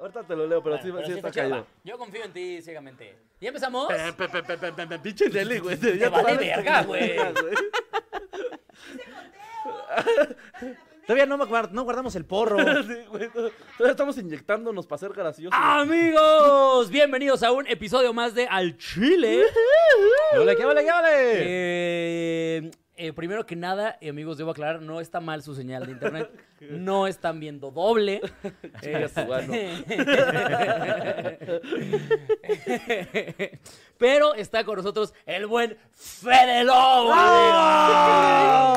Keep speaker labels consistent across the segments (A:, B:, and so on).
A: Ahorita te lo leo, pero
B: Bueno,
A: sí, sí
B: sí
A: está
B: está chido,
A: caído.
B: va. Yo confío en ti ciegamente. ¿Ya empezamos?
A: Pe- pe- pe- pe- pe- pe- pe- Pinche Nelly, güey. Te
B: vale verga, güey.
C: Todavía no, me guard- no guardamos el porro.
A: Sí, güey. Todavía estamos inyectándonos para ser graciosos.
C: Ah,
B: Amigos, bienvenidos a un episodio más de Al Chile.
C: ¡Hola, qué hola, qué hola!
B: Eh, eh, primero que nada, eh, amigos, debo aclarar, no está mal su señal de internet. No están viendo doble.
A: Chinga tu mano.
B: Este, Pero está con nosotros el buen Fede Lobo.
A: ¡Ah!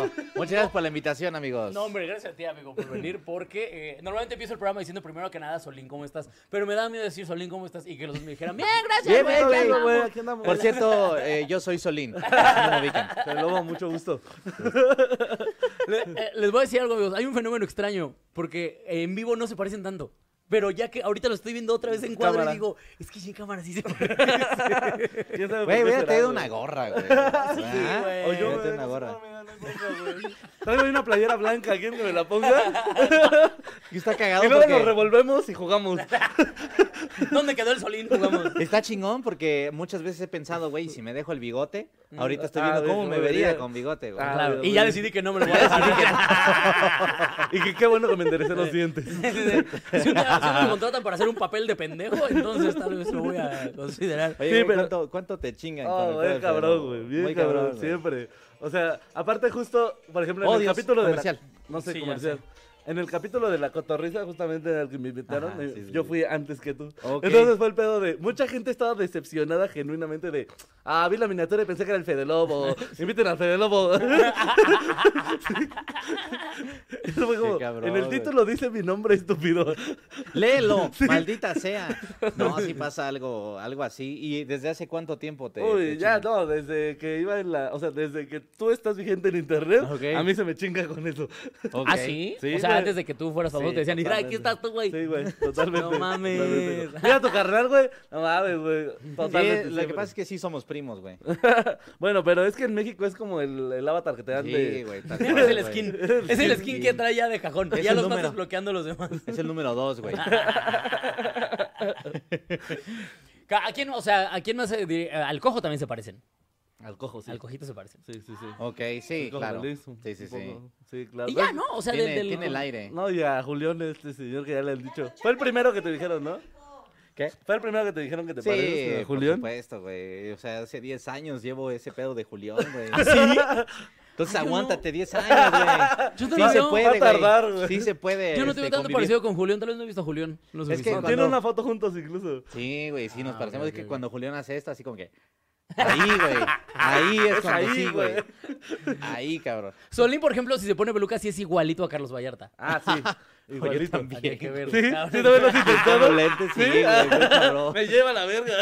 C: ¡Oh! Muchas gracias por la invitación, amigos.
B: No, hombre, gracias a ti, amigo, por venir, porque eh, normalmente empiezo el programa diciendo primero que nada, Solín, ¿cómo estás? Pero me da miedo decir, Solín, ¿cómo estás? Y que los dos me dijeran, bien, gracias,
C: Bien,
B: güey,
C: bien,
B: ¿qué
C: bien,
B: andamos?".
A: güey, aquí andamos.
C: Por cierto, eh, yo soy Solín. si no me ubican.
A: Te lo hago mucho gusto.
B: Le- eh, les voy a decir algo, amigos. Hay un fenómeno extraño, porque eh, en vivo no se parecen tanto. Pero ya que ahorita lo estoy viendo otra vez en cuadro
A: Cámara.
B: y digo, es que sí, en cámara sí se
A: ¿Quién sabe por
C: Güey,
A: qué
C: hubiera
A: será,
C: traído
A: güey?
C: una gorra, güey. ¿Ah?
B: güey.
A: O yo,
C: Hubiera traído una
A: güey, no sé
C: gorra.
A: cómo me da la gorra, güey. Traigo ahí una playera blanca, ¿quién que me la ponga?
C: Y está
A: Y
C: cagado
A: luego nos
C: porque...
A: revolvemos y jugamos.
B: ¿Dónde quedó el solín? Jugamos.
C: Está chingón porque muchas veces he pensado, güey, si me dejo el bigote, ahorita estoy
A: Ah,
C: viendo
A: güey,
C: cómo
A: cómo
C: me
A: me
C: vería
A: vería.
C: con bigote, güey.
A: Ah,
B: Claro,
A: güey,
B: y ya
A: güey.
B: decidí que no me lo voy a dejar.
A: Y que qué bueno que me enderecé los dientes.
B: si un día si un día me contratan para hacer un papel de pendejo, entonces tal vez lo voy a considerar.
C: Oye,
A: Sí,
C: güey,
A: pero-
C: ¿cuánto, cuánto te chingan? con el
A: Oh,
C: pedo
A: bien
C: del
A: cabrón,
C: fenómeno?
A: güey. Bien
C: Muy
A: cabrón,
C: güey.
A: siempre. O sea, aparte justo, por ejemplo, en
C: Odios,
A: el capítulo de la-
C: comercial.
A: no sé,
B: Sí, ya
A: comercial. En el capítulo de la cotorriza, justamente en el que me invitaron,
C: Ajá,
A: eh,
C: sí, sí,
A: yo
C: sí.
A: fui antes que tú.
C: Ok.
A: Entonces fue el pedo de. Mucha gente estaba decepcionada genuinamente de. Ah, vi la miniatura y pensé que era el Fede Lobo. Inviten al Fede Lobo. Eso fue como,
C: cabrón,
A: en el
C: güey.
A: título dice mi nombre estúpido.
C: Léelo, maldita sea. No, si pasa algo, algo así. ¿Y desde hace cuánto tiempo te?
A: Uy,
C: te
A: ya
C: chingan?
A: no, desde que iba en la. O sea, desde que tú estás vigente en internet,
C: Ah, Ok.
A: a mí se me chinga con eso.
C: Ok.
B: ¿Ah, sí?
A: Sí,
B: O sea,
A: güey.
B: antes de que tú fueras famoso,
A: Sí,
B: te decían, mira,
A: totalmente.
B: aquí estás tú, güey.
A: Sí, güey, totalmente.
B: No mames.
A: totalmente, güey. Mira tu carnal, güey. No mames,
C: Sí,
A: güey. Totalmente.
C: lo que
A: siempre.
C: pasa es que sí somos primos, güey.
A: Bueno, pero es que en México es como el, el avatar que te dan
C: Sí,
A: de.
C: güey. tal cual,
B: Es el
C: güey.
B: skin. Es el skin que trae ya de cajón.
C: Es
B: Ya
C: el
B: los vas
C: número.
B: desbloqueando los demás.
C: Es el número dos, güey.
B: Ca- ¿A quién, o sea, a quién más? se dir- eh, Al cojo también se parecen.
A: Al cojo, sí.
B: Al cojito se parecen.
A: Sí, sí, sí.
C: Ok,
A: El
C: sí,
A: cojo
C: claro.
A: feliz, un
C: Sí, sí, sí.
A: poco. Sí, claro.
B: Y ya, ¿no? O sea, del-
C: Tiene,
B: del-
C: tiene el aire.
A: No, y a Julián, este señor que ya le han dicho. Fue el primero que te dijeron, ¿no?
C: ¿Qué?
A: Fue el primero que te dijeron que te
C: Sí,
A: pareces a
C: por
A: Julián.
C: supuesto, güey. O sea, hace 10 años llevo ese pedo de Julián, güey. Entonces
B: Ay, yo no.
C: aguántate 10 años, güey.
B: Yo
C: Sí
B: no
C: se
B: veo-
C: puede,
A: va a
C: güey.
A: tardar, güey.
C: Sí se puede.
B: Yo no
C: este,
B: tengo tanto
C: convivir.
B: parecido con Julián, tal vez no he visto a Julián. No los he
C: Es que
B: visto.
C: cuando-
A: Tiene una foto juntos incluso.
C: Sí, güey, sí, nos
B: Ah,
C: parecemos.
B: ok,
C: es que
B: ok,
C: cuando Julián hace esto, así como que. Ahí, güey. Ahí es
A: Es
C: cuando
A: ahí,
C: sí, güey. Ahí, cabrón.
B: Solín, por ejemplo, si se pone peluca, sí es igualito a Carlos Vallarta.
A: Ah, sí.
C: Yo
A: Igualito.
C: también.
B: Habría que ver.
A: Sí,
B: cabrón.
A: sí, también lo has
C: Con
A: intentado.
C: lentes, sí, güey, muy cabrón.
A: Me lleva la verga.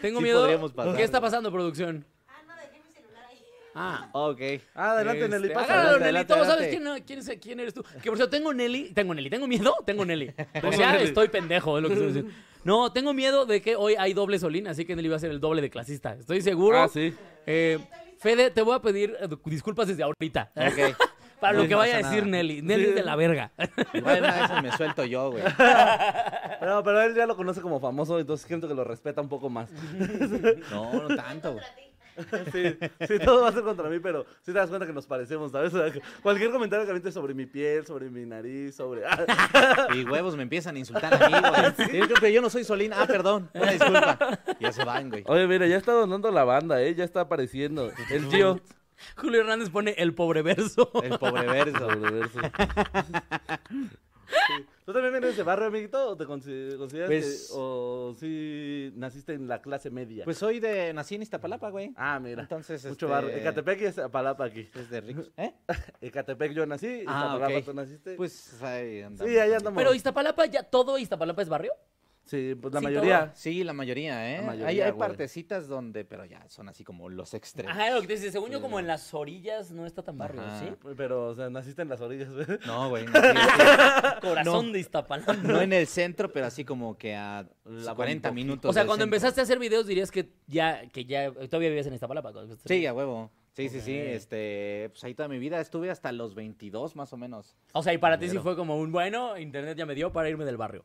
B: Tengo
C: sí podríamos
B: miedo.
C: pasar.
B: ¿Qué está pasando, producción?
D: Ah, no, dejé mi celular ahí.
B: Ah.
C: Ok.
A: Ah, adelante,
B: Este,
A: Nelly, pasa.
B: agárralo,
C: adelante,
B: Nelly.
C: adelante,
B: Todos sabes
C: adelante.
B: quién, no- quién, es- quién eres tú. Que por cierto, tengo Nelly. Tengo Nelly. ¿Tengo miedo? Tengo Nelly. O sea,
A: Nelly.
B: estoy pendejo, es lo que estoy diciendo. No, tengo miedo de que hoy hay doble Solín, así que Nelly va a ser el doble de clasista. Estoy seguro.
A: Ah, sí.
B: Eh, Fede, te voy a pedir eh, disculpas desde ahorita. eh,
C: Ok.
B: Para lo
C: Eh, No
B: que vaya a
C: pasa
B: decir
C: nada.
B: Nelly. Nelly es de la verga.
C: Igual una vez me suelto yo, güey.
A: No, pero él ya lo conoce como famoso, entonces siento que lo respeta un poco más.
C: No, no tanto, güey.
D: Contra ti.
A: Sí, sí, todo va a ser contra mí, pero sí te das cuenta que nos parecemos, ¿sabes? O sea, que cualquier comentario que avientes sobre mi piel, sobre mi nariz, sobre... Ah,
C: Y huevos me empiezan a insultar a mí, güey. Y yo, Pero yo no soy Solín. Ah, perdón. Una disculpa. Ya se van, güey.
A: Oye, mira, ya está donando la banda, ¿eh? Ya está apareciendo. El tío.
B: Julio Hernández pone el pobre verso.
C: El pobre verso.
A: Sobre verso. Sí. ¿Tú también vienes de barrio, amiguito? ¿O te consi- consideras
C: Pues-
A: que... o sí naciste en la clase media?
C: Pues soy de. Nací en Iztapalapa, güey.
A: ah, mira.
C: Entonces,
A: Mucho
C: este-
A: barrio. Ecatepec es Apalapa aquí.
C: Es de ricos. ¿Eh?
A: Ecatepec yo nací,
C: Ah,
A: Iztapalapa
C: ok.
A: tú naciste.
C: Pues ahí andamos.
A: sí, ahí andamos.
B: Pero Iztapalapa, ya todo Iztapalapa es barrio.
A: Sí, pues la
B: Sí,
A: mayoría.
C: Sí, la mayoría, ¿eh?
A: La mayoría,
C: hay hay
A: güey.
C: partecitas donde, pero ya son así como los extremos.
B: Ajá, lo que te dice, según yo, como en las orillas no está tan barrio,
C: Ajá.
B: ¿sí?
A: Pero, o sea, naciste en las orillas. güey.
C: No, güey. No, sí, sí.
B: Corazón
C: No.
B: de Iztapalapa.
C: No en el centro, pero así como que a
A: La
C: 40
A: bombo.
C: minutos.
B: O sea,
C: del
B: cuando
C: centro.
B: empezaste a hacer videos dirías que ya, que ya todavía vivías en Iztapalapa. cuando empezaste a hacer
C: Sí, a huevo.
B: videos.
C: Sí, sí, sí, este, pues ahí toda mi vida estuve hasta los 22 más o menos.
B: O sea, y para ti sí
C: Pero-
B: fue como un bueno, internet ya me dio para irme del barrio.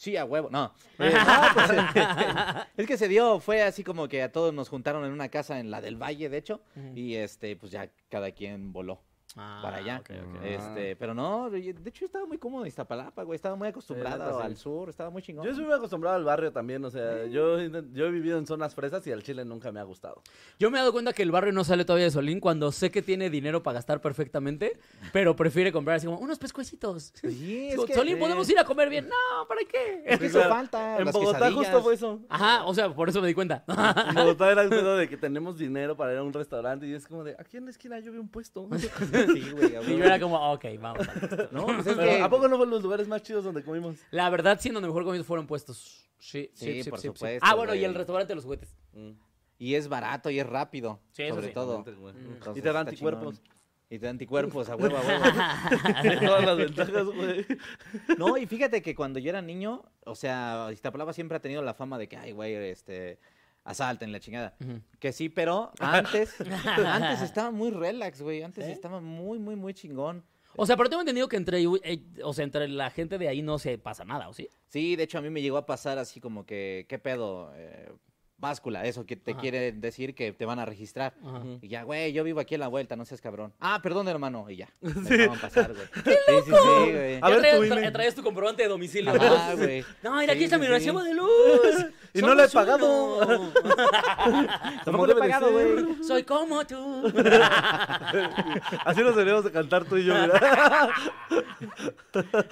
C: Sí, a huevo, no. Eh, no,
A: Ah,
C: pues, eh,
A: este,
C: es que se dio, fue así como que a todos nos juntaron en una casa en la del Valle, de hecho, y este, pues ya cada quien voló. Ah,
A: Ah,
C: para allá. Este, pero no, yo- de hecho yo estaba muy cómodo en Iztapalapa, güey, estaba muy acostumbrado
A: neta, sí.
C: al sur, estaba muy chingón.
A: Yo estoy muy acostumbrado al barrio también, o sea,
C: Eh.
A: yo, intent- yo he vivido en zonas fresas y al chile nunca me ha gustado.
B: Yo me he dado cuenta que el barrio no sale todavía de Solín cuando sé que tiene dinero para gastar perfectamente, pero prefiere comprar así como unos pescuecitos.
C: Sí, es
B: Como,
C: que-
B: Solín,
C: eh,
B: ¿podemos ir a comer bien? No, ¿para qué?
C: Es que hizo
A: Claro,
C: falta.
A: En
C: Ah, las
A: Bogotá justo
C: quesadillas.
A: fue eso.
B: Ajá, o sea, por eso me di cuenta.
A: En Bogotá era el pedo de que tenemos dinero para ir a un restaurante y es como de, aquí en la esquina yo vi un puesto.
C: Sí, güey, a
B: Y yo
C: huevo.
B: era como, ok, vamos.
C: No, pues es que-
A: Pero, ¿A poco no fueron los lugares más chidos donde comimos?
B: La verdad, sí, en donde mejor comido fueron puestos. Sí, sí,
C: Sí,
B: sí,
C: por
B: sí, sí.
C: supuesto,
B: Ah, bueno, y
C: güey.
B: el restaurante de los juguetes.
C: Mm, Y es barato y es rápido,
B: Sí, eso
C: sobre
B: sí.
C: todo.
A: Y
C: Entonces,
A: te dan
C: está
A: anticuerpos.
C: chingón. Y te da anticuerpos, a huevo, a huevo.
A: Todas las ventajas, güey.
C: No, y fíjate que cuando yo era niño, o sea, Iztapalapa siempre ha tenido la fama de que, ay, güey, este, asalten la chingada.
B: Ujú.
C: Que sí, pero
B: Ah.
C: antes, antes estaba muy relax, güey. Antes estaba muy, muy, muy chingón.
B: O sea, pero tengo entendido que entre, eh, o sea, entre la gente de ahí no se pasa nada, ¿o sí?
C: Sí, de hecho a mí me llegó a pasar así como que, ¿qué pedo? Eh, báscula, eso que te
B: Ajá. Ah.
C: quiere decir que te van a registrar.
B: Ajá.
C: Y ya, güey, yo vivo aquí en la vuelta, no seas cabrón. Ah, perdón, hermano. Y ya. Me dejaban pasar, güey. Sí, sí, sí, güey.
A: A ver,
B: Ya
A: tu
B: tra-
A: INE.
B: traías tu comprobante de domicilio.
C: Ajá, Ah, güey.
B: Ah, No, mira, aquí
C: Sí,
B: está
C: sí,
B: mi
C: sí.
B: recibo de luz.
A: Y no le he
B: Somos
A: pagado.
B: uno.
A: Como
C: Tampoco le he
A: debe de
C: pagado,
A: ser.
C: güey.
B: Soy como tú.
A: Así nos deberíamos de cantar tú y yo, mira.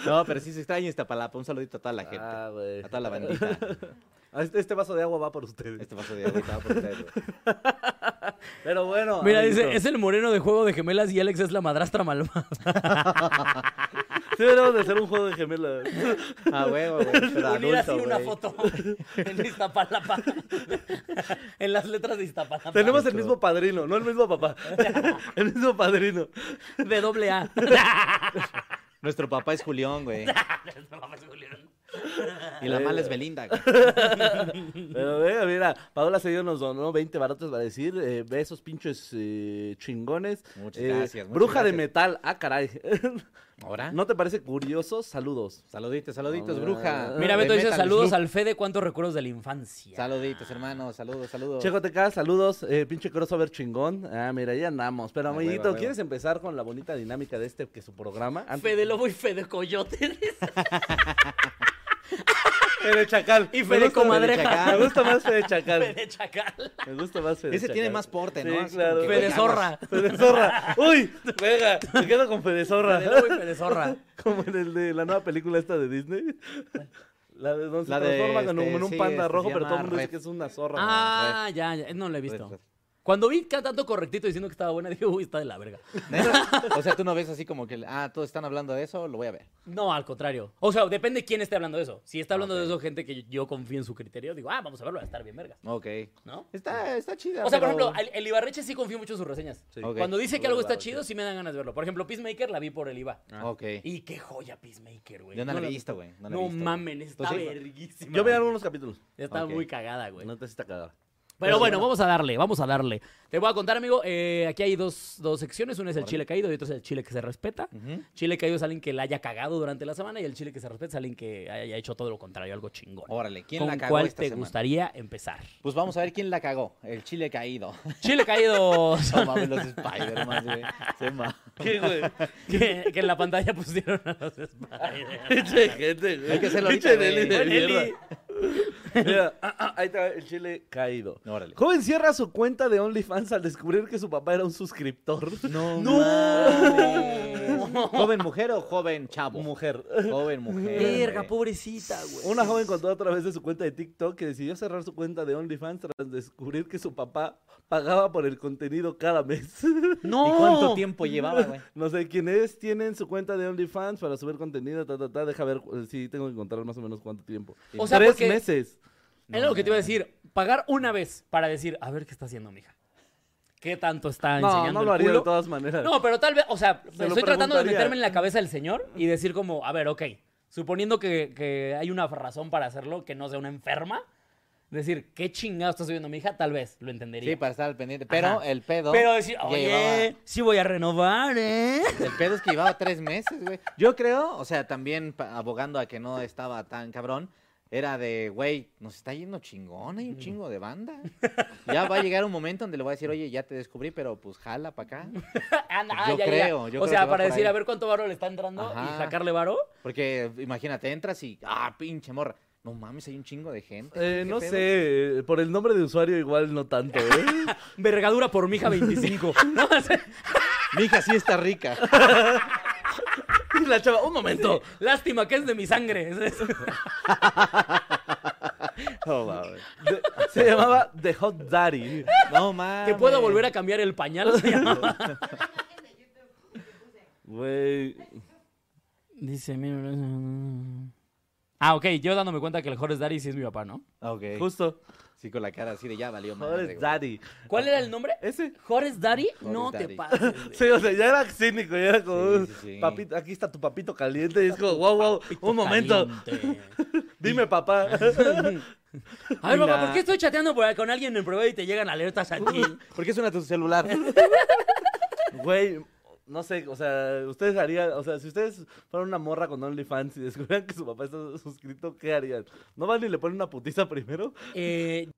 C: No, pero sí se extraña Iztapalapa. Un saludito a toda la gente.
A: Ah, güey.
C: a toda la bandita.
A: Ah, Este, este vaso de agua va por ustedes.
C: Este paso de agüita va por ustedes, güey.
A: Pero bueno.
B: Mira, dice,
A: amiguitos,
B: es el moreno de Juego de Gemelas y Alex es la madrastra malvada.
A: Sí, deberíamos de hacer un juego de gemelas.
C: A Ah, huevo, güey. Pero
B: Unir así
C: adulto,
B: una
C: güey.
B: foto en Iztapalapa. en las letras de Iztapalapa.
A: Tenemos el
C: Chico.
A: mismo padrino, no el mismo papá. el mismo padrino.
B: De doble A.
C: Nuestro papá es Julián, güey. Y la mala es Belinda, güey.
A: Pero mira, mira, Paola Cedillo nos donó 20 baratos para decir. eh, ve esos pinches eh, chingones.
C: Muchas
A: Eh,
C: gracias, muchas
A: bruja
C: gracias.
A: de
C: ¿Ah?
A: metal. Ah, caray.
C: Ahora.
A: ¿No te parece curioso? Saludos.
C: Saluditos, saluditos, bruja.
B: Ah. Mira,
C: De
B: Beto dice
C: Metal
B: saludos
C: Slug.
B: al Fede, cuántos recuerdos de la infancia.
C: Saluditos, hermano. Saludos, saludos.
A: Checo TK, saludos, eh, pinche crossover chingón. Ah, mira, ahí andamos. Pero
C: A huevo, a
A: amiguito,
C: huevo.
A: ¿quieres empezar con la bonita dinámica de este que su programa? Antes-
B: Fede Lobo y Fede Coyote. dice.
A: Fede Chacal. Me
B: Y Fede
A: gusta
B: Comadreja.
A: Chacal. Me gusta más Fede Chacal.
B: Fede Chacal.
A: Me gusta más Fede
C: Ese tiene
A: Chacal.
C: más porte, ¿no?
A: Sí,
C: Así como
A: claro.
C: que,
B: Fede
C: güey,
B: Zorra.
A: Fede Zorra. Uy, venga, me quedo con Fede Zorra.
B: Fede Lobo y Fede Zorra.
A: Como en el de la nueva película esta de Disney. La de donde
C: La
A: se
C: de,
A: transforma en un-
C: este,
A: en un
C: sí,
A: panda
C: este, se
A: rojo, pero todo el
C: llama
A: mundo dice
C: Red.
A: que es una zorra.
B: Ah, ya, ya, no lo he visto.
C: Red.
B: Cuando vi cada tanto correctito diciendo que estaba buena, dije, uy, está de la verga.
C: ¿Neta? O sea, tú no ves así como que, ah, todos están hablando de eso, lo voy a ver.
B: No, al contrario. O sea, depende quién esté hablando de eso. Si está hablando de
C: Ok.
B: eso gente que yo confío en su criterio, digo, ah, vamos a verlo, va a estar bien verga,
C: Ok.
B: ¿no?
C: Está, está chida.
B: O sea, por
C: pero-
B: ejemplo, el, el Ibarreche sí confío mucho en sus reseñas.
A: Sí.
C: Ok.
B: Cuando dice
A: Lo
B: que algo está
A: verdad,
B: chido, sí me dan ganas de verlo. Por ejemplo, Peacemaker la vi por el IVA.
C: Ok.
B: Y qué joya Peacemaker, güey.
C: Ah, Yo no, la
B: la-
C: he visto, güey. No, la
B: No,
C: he visto, güey.
B: mamen, está
C: ¿Tú sí?
B: verguísima.
A: Yo vi algunos capítulos.
B: Está
C: Ok.
B: muy cagada, güey.
A: No te hiciste cagar.
B: Pero bueno, vamos a darle, vamos a darle. Te voy a contar, amigo, eh, aquí hay dos, dos secciones. Una es el chile caído y otra es el chile que se respeta.
C: Ujú.
B: Chile caído es alguien que la haya cagado durante la semana y el chile que se respeta es alguien que haya hecho todo lo contrario, algo chingón.
C: Órale, ¿quién
B: ¿Con
C: la cagó
B: cuál
C: esta
B: te
C: semana?
B: gustaría empezar?
C: Pues vamos a ver quién la cagó. El chile caído.
B: Chile caído.
C: No mames, los Spider-Man, güey. Se ma-
A: ¿Qué, güey?
B: que, que en la pantalla pusieron a los Spider.
A: Pinche gente, güey.
C: Hay que hacerlo
A: Pinche
C: ahorita,
A: Nelly de
C: güey.
A: mierda. Mira, ah, ah, ahí está el chile caído.
C: Órale.
A: Joven cierra su cuenta de OnlyFans al descubrir que su papá era un suscriptor.
C: No.
B: mames.
C: ¿Joven mujer o joven chavo?
A: Mujer.
C: Joven mujer.
B: Verga,
C: güey.
B: pobrecita, güey.
A: Una joven contó a través de su cuenta de TikTok que decidió cerrar su cuenta de OnlyFans tras descubrir que su papá pagaba por el contenido cada mes.
B: No.
C: ¿Y cuánto tiempo llevaba, güey?
A: No sé quién es, tienen su cuenta de OnlyFans para subir contenido, ta, ta, ta. Deja ver si tengo que encontrar más o menos cuánto tiempo.
B: O sea,
A: Tres
B: porque-
A: meses.
B: Es lo que te iba a decir. Pagar una vez para decir, a ver qué está haciendo mi hija. ¿Qué tanto
C: Ah,
B: está
A: No,
B: enseñando
A: no lo
B: el
A: haría de
B: culo?
A: todas maneras.
B: No, pero tal vez, o sea,
A: Se lo
B: estoy tratando de
A: preguntaría.
B: meterme en la cabeza del señor y decir como, a ver, ok, suponiendo que, que hay una razón para hacerlo que no sea una enferma, Decir, ¿qué chingado está subiendo mi hija? Tal vez lo entendería.
C: Sí, para estar al pendiente. Pero
B: Ajá.
C: el pedo.
B: Pero decir,
C: ya
B: oye,
C: llevaba-
B: sí voy a renovar, ¿eh?
C: El pedo es que llevaba tres meses, güey. Yo creo, o sea, también pa- abogando a que no estaba tan cabrón, era de, güey, nos está yendo chingón, hay un chingo de banda. Ya va a llegar un momento donde le voy a decir, oye, ya te descubrí, pero pues jala para acá.
B: Anda,
C: Yo creo, yo
B: o
C: creo que
B: sea,
C: va
B: para
C: por
B: decir
C: ahí.
B: a ver cuánto varo le está entrando y
C: Ajá.
B: sacarle varo.
C: Porque imagínate, entras y, ah, pinche morra. No mames, hay un chingo de gente. ¿qué
A: Eh, no
C: pedo?
A: sé, eh, por el nombre de usuario igual no tanto, ¿eh?
B: Vergadura por mija 25. ¿no? O sea,
C: Mi hija sí está rica.
A: Y la chava, un momento.
B: Lástima que es de mi sangre. es- es-
C: No mames.
A: De- se llamaba The Hot Daddy.
C: No mames.
B: Te puedo volver a cambiar el pañal. se llamaba.
A: Güey.
B: Dice, mira. Ah, ok, yo dándome cuenta que el Horace Daddy sí es mi papá, ¿no?
C: Ok.
A: Justo.
C: Sí, con la cara así de ya valió madre,
A: Joder,
C: güey.
A: Daddy.
B: ¿Cuál era el nombre?
A: Ese.
B: ¿Horace Daddy?
C: Horace
B: no te
C: Daddy.
B: pases. güey.
A: Sí, o sea, ya era cínico, ya era como
C: Sí,
A: un
C: sí, sí.
A: papito, aquí está tu papito caliente. Y es como, wow, wow,
B: Pito
A: un momento.
B: caliente.
A: Dime, papá.
B: A ver,
C: Y
B: papá,
C: la-
B: ¿por qué estoy chateando por ahí con alguien en el privado y te llegan alertas a ti?
C: ¿Por qué suena tu celular?
A: Güey, no sé, o sea, ustedes harían, o sea, si ustedes fueran una morra con OnlyFans y descubrieran que su papá está suscrito, ¿qué harían? ¿No van y le ponen una putiza primero?
B: Eh,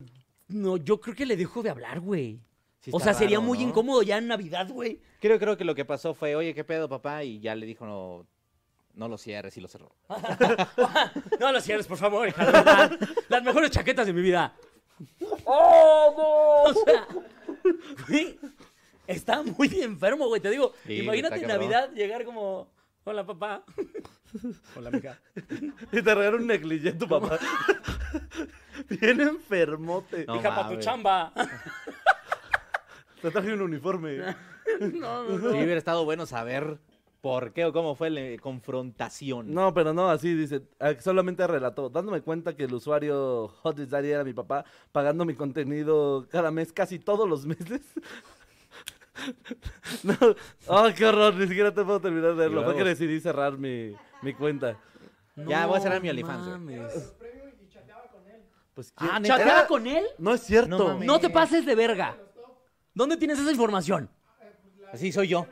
B: no, yo creo que le dejo de hablar, güey.
C: Sí
B: o
C: está
B: sea, sería
C: raro,
B: muy
C: ¿no?
B: incómodo ya en Navidad, güey.
C: Creo, creo que lo que pasó fue, oye, ¿qué pedo, papá? Y ya le dijo, no, no lo cierres y lo cerró.
B: No lo cierres, por favor, hija, de verdad. Las mejores chaquetas de mi vida. ¡Oh, no! O sea, güey, está muy enfermo, güey. Te digo,
C: Sí,
B: imagínate en
C: está cabrón.
B: Navidad llegar como... Hola, papá. Hola, mija.
A: Y te regalan un negligé tu papá. Bien enfermote.
C: No
B: Hija, pa' tu
C: mames.
B: chamba.
A: Te traje un uniforme.
B: No, no,
C: Sí,
B: no.
C: hubiera estado bueno saber por qué o cómo fue la confrontación.
A: No, pero no, así dice. ah, Solamente relató, dándome cuenta que el usuario Hot is Daddy era mi papá, pagando mi contenido cada mes, casi todos los meses. No, oh, qué horror, ni siquiera te puedo terminar de leerlo. Fue que
C: luego-
A: decidí cerrar mi, mi cuenta.
C: Ya, voy a cerrar mi OnlyFans, güey.
B: mames.
A: Pues, ¿quién?
B: Ah,
A: Era-
B: ¿Chateaba con él?
A: No es cierto.
C: No mames.
B: No te pases de verga. ¿Dónde tienes esa información?
C: Así soy yo.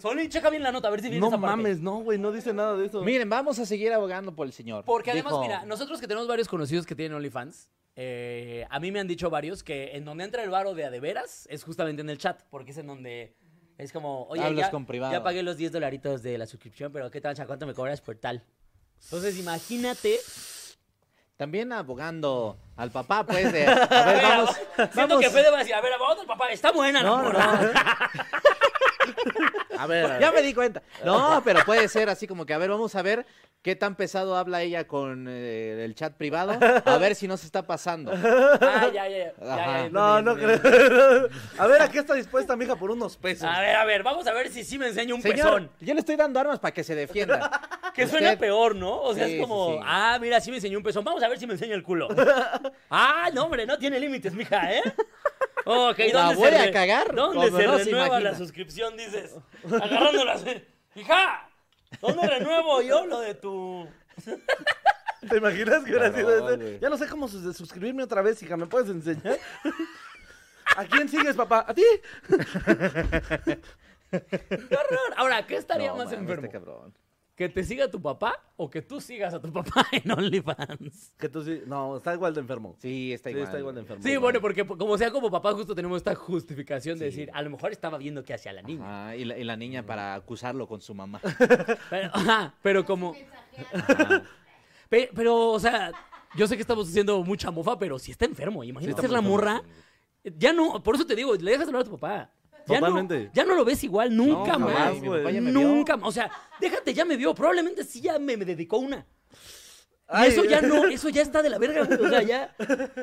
B: Solo checa bien la nota, a ver si viene
A: No
B: esa parte.
A: mames, no, güey, no dice nada de eso.
C: Miren, vamos a seguir abogando por el señor.
B: Porque además,
C: Dijo,
B: mira, nosotros que tenemos varios conocidos que tienen OnlyFans, eh, a mí me han dicho varios que en donde entra el varo de a de veras es justamente en el chat, porque es en donde es como, oye,
C: Hablas
B: ya,
C: con privado.
B: ya pagué los 10 dolaritos de la suscripción, pero ¿qué trancha? ¿Cuánto me cobras por tal? Entonces, imagínate.
C: También abogando al papá, pues, de, a ver, vamos,
B: Siento que Fede va a decir, a ver, abogado, papá, está buena la
C: No, no,
B: morra".
A: A ver, a ver.
C: Ya me di cuenta. No, pero puede ser así como que, a ver, vamos a ver qué tan pesado habla ella con eh, el chat privado. A ver si no se está pasando.
B: Ah, ya, ya, ya, ya,
C: Ajá.
B: ya,
A: No,
B: entendí,
A: no
B: entendí.
A: creo. A ver, ¿a qué está dispuesta mi hija por unos pesos?
B: A ver, a ver, vamos a ver si sí me enseña un
C: Señor,
B: pezón.
C: yo le estoy dando armas para que se defienda.
B: Que suena
C: Usted-
B: peor, ¿no? O sea,
C: Sí,
B: es
C: sí,
B: como,
C: sí.
B: ah, mira, sí me enseñó un pezón. Vamos a ver si me enseña el culo. ah, no, hombre, no tiene límites, mija, ¿eh? Ok, ¿dónde
C: Pues La voy
B: se
C: a
B: re-
C: cagar,
B: ¿Dónde
C: como
B: se
C: no se
B: renueva la
C: imagina.
B: suscripción, dices? Agarrándola así. ¡Hija! ¿Dónde renuevo yo lo de tu...?
A: ¿Te imaginas que hubiera
C: Cabrón,
A: sido ese?
C: güey.
A: Ya no sé cómo sus- suscribirme otra vez, hija. ¿Me puedes enseñar? ¿A quién sigues, papá? ¿A ti?
B: ¡Qué horror! Ahora, ¿qué estaría
C: No,
B: más
C: mames,
B: enfermo?
C: este cabrón.
B: ¿Que te siga tu papá o que tú sigas a tu papá en OnlyFans?
A: Que tú sí. No, está igual de enfermo.
C: Sí, está
A: Sí,
C: igual.
A: está igual de
C: güey.
A: enfermo.
B: Sí, bueno, porque como sea como papá, justo tenemos esta justificación de decir, a lo mejor estaba viendo qué hacía la niña.
C: Ah, y, la, y la niña para acusarlo con su mamá.
B: Pero, ajá, pero como. Pe- Pero, o sea, yo sé que estamos haciendo mucha mofa, pero si está enfermo, imagínate ser la morra. Ya no, por eso te digo, le dejas hablar a tu papá. Ya
A: Totalmente.
B: No, ya no lo ves igual, nunca
A: No,
B: más.
A: jamás,
C: Ay, mi
A: güey.
C: papá ya me vio.
B: Nunca más. O sea, déjate, ya me vio. Probablemente sí ya me, me dedicó una. Y
A: Ay.
B: eso ya no, eso ya está de la verga, güey. O sea, ya,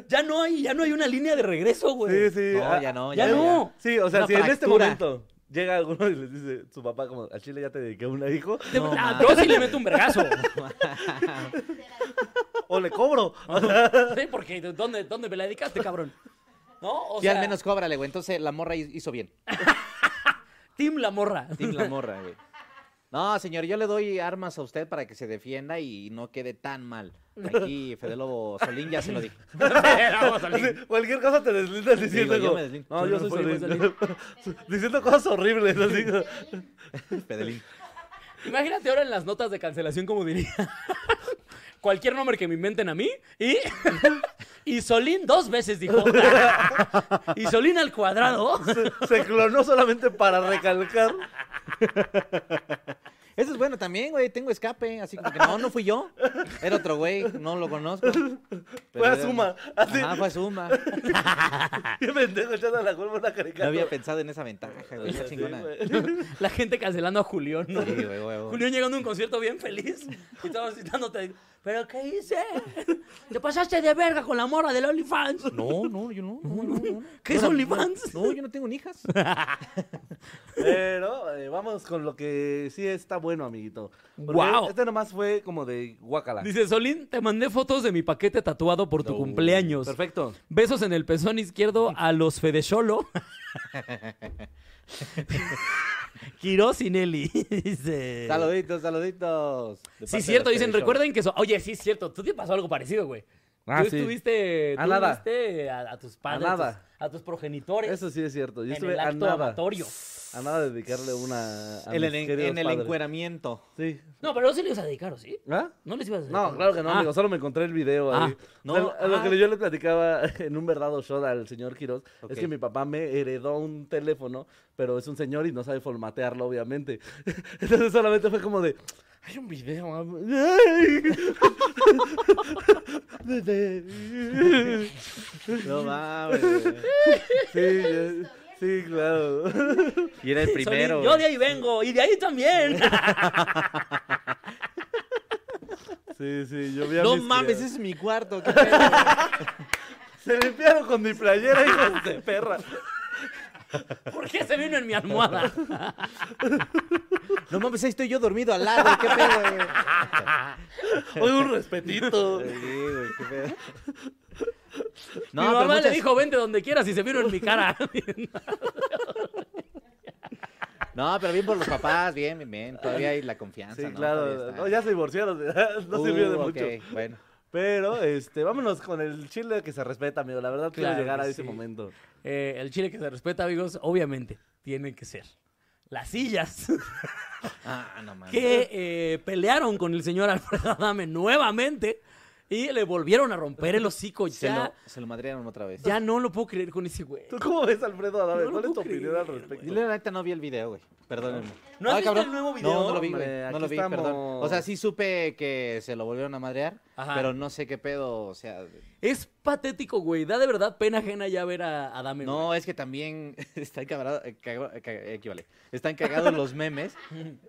B: ya no hay, ya no hay una línea de regreso, güey.
A: Sí, sí.
C: No,
A: ah,
C: ya no,
B: ya
C: ya,
B: no.
A: Sí, o sea,
C: Una
A: si en este
C: fractura.
A: momento llega alguno y les dice su papá, como, al chile ya te dediqué una, hijo,
B: Te-
C: No,
B: ah,
C: ma.
B: yo sí le meto un vergazo.
A: o le cobro.
B: Sí, porque ¿dónde, ¿dónde me la dedicaste, cabrón? ¿No? O
C: Sí,
B: sea,
C: al menos cóbrale, güey. Entonces la morra hi- hizo bien.
B: Tim la morra.
C: Tim la morra, güey. No, señor, yo le doy armas a usted para que se defienda y no quede tan mal. Aquí Fede Lobo Solín ya se lo dijo.
B: Vamos, Solín.
A: Así, cualquier cosa te deslindas diciendo.
C: yo
A: como,
C: me deslindo.
A: No,
B: Yo
A: yo
B: no
A: soy
B: puedo, yo
A: Solín". diciendo cosas horribles. así,
C: Fedelín.
B: Imagínate ahora en las notas de cancelación, como diría. Cualquier nombre que me inventen a mí. Y, y Solín dos veces dijo. y Solín al cuadrado.
A: se, se clonó solamente para recalcar.
C: Eso es bueno también, güey. Tengo escape. Así como que no, no fui yo. Era otro güey. No lo conozco.
A: Fue a
C: Pero-
A: Suma. Así,
C: Ajá, fue a Suma.
A: qué pendejo echando a la culpa una caricatura.
C: No había pensado en esa ventaja, güey. Está
A: Sí,
C: chingona.
A: güey.
B: La gente cancelando a Julián. ¿no?
C: Sí, güey, güey, güey.
B: Julián llegando a un concierto bien feliz. Y estamos citándote. ¿Pero qué hice? Te pasaste de verga con la morra del OnlyFans.
C: No, no, yo no. no, no, no.
B: ¿Qué
C: Yo
B: es
C: no-
B: OnlyFans?
C: No, yo no tengo ni hijas.
A: Pero eh, vamos con lo que sí está bueno, amiguito. Porque
B: Guau.
A: Este nomás fue como de guacala.
B: Dice Solín, te mandé fotos de mi paquete tatuado por tu cumpleaños.
A: Perfecto.
B: Besos en el pezón izquierdo a los Fedecholo. Quirós y Nelly. Dice.
C: Saluditos, saluditos. De parte
B: Sí,
C: de
B: cierto,
C: los
B: dicen,
C: Teleshow.
B: recuerden que... so- Oye, sí, es cierto, tú te pasó algo parecido, güey.
A: Ah,
B: tú
A: sí.
B: estuviste,
A: A
B: tú
A: nada.
B: viste a, a tus padres, a,
A: nada.
B: tus, a tus progenitores
A: Eso sí es cierto. Yo
B: en
A: estuve
B: el
A: a
B: acto
A: nada,
B: amatorio.
A: a nada de dedicarle una a
C: El-
A: mis
C: en-
A: queridos
C: en el
A: padres.
C: encueramiento.
A: Sí.
B: No, pero no se le ibas a dedicar, ¿o sí?
A: ¿Ah?
B: No les ibas a dedicar.
A: No, claro que no,
B: Ah,
A: amigo. Solo me encontré el video ahí.
B: Ah,
A: O sea,
C: no,
A: lo
C: ah.
A: que yo le platicaba en un verdadero show al señor Quiroz
C: Ok.
A: es que mi papá me heredó un teléfono, pero es un señor y no sabe formatearlo, obviamente. Entonces solamente fue como de. Hay un video. mam". De- de-
C: No mames. güey.
A: sí, ya- sí, claro.
C: Y era el
B: Solín,
C: primero.
B: yo de ahí vengo, y de ahí también.
A: Sí, sí, yo vi a
C: No
A: mis
C: mames,
A: tías.
C: ese es mi cuarto. qué pedo.
A: Se limpiaron con mi playera, hijos de perra.
B: ¿Por qué se vino en mi almohada?
C: No mames, ahí estoy yo dormido al lado. ¿Qué pedo, güey?
A: Oye, un respetito.
C: Sí, güey, qué pedo.
B: mi
C: pero
B: mamá le
C: muchas-
B: dijo, vente donde quieras y se vino en mi cara.
C: No, pero bien por los papás, bien, bien, bien. Todavía hay la confianza.
A: Sí,
C: ¿no? Todavía
A: claro.
C: está.
A: No, ya se divorciaron. No
C: Uh,
A: sirvió de mucho.
C: ok, Bueno.
A: Pero, este, vámonos con el chile que se respeta, amigo. La verdad,
B: Claro
A: quiero llegar
B: que
A: a ese
B: sí.
A: momento.
B: Eh, el chile que se respeta, amigos, obviamente, tiene que ser. Las sillas
C: Ah, no mames.
B: que eh, pelearon con el señor Alfredo Adame nuevamente y le volvieron a romper el hocico.
C: Se lo,
B: Ya,
C: se lo madrearon otra vez.
B: ya no lo puedo creer con ese güey.
A: ¿Tú cómo ves, Alfredo Adame?
B: No lo
A: ¿Cuál es tu
B: puedo
A: opinión
B: creer,
A: al
B: güey.
A: respecto?
C: Dile la neta, no vi el video, güey. Perdónenme.
B: ¿No has visto
C: Ah, cabrón.
B: el nuevo
C: No,
B: video?
C: no lo vi, güey.
A: Hombre,
C: No
A: aquí
C: lo vi, perdón.
A: estamos.
C: O sea, sí supe que se lo volvieron a madrear,
B: Ajá.
C: pero no sé qué pedo, o sea...
B: Es patético, güey. Da de verdad pena ajena ya ver a Adame.
C: No, es que también eh, están cabrados, están cagados los memes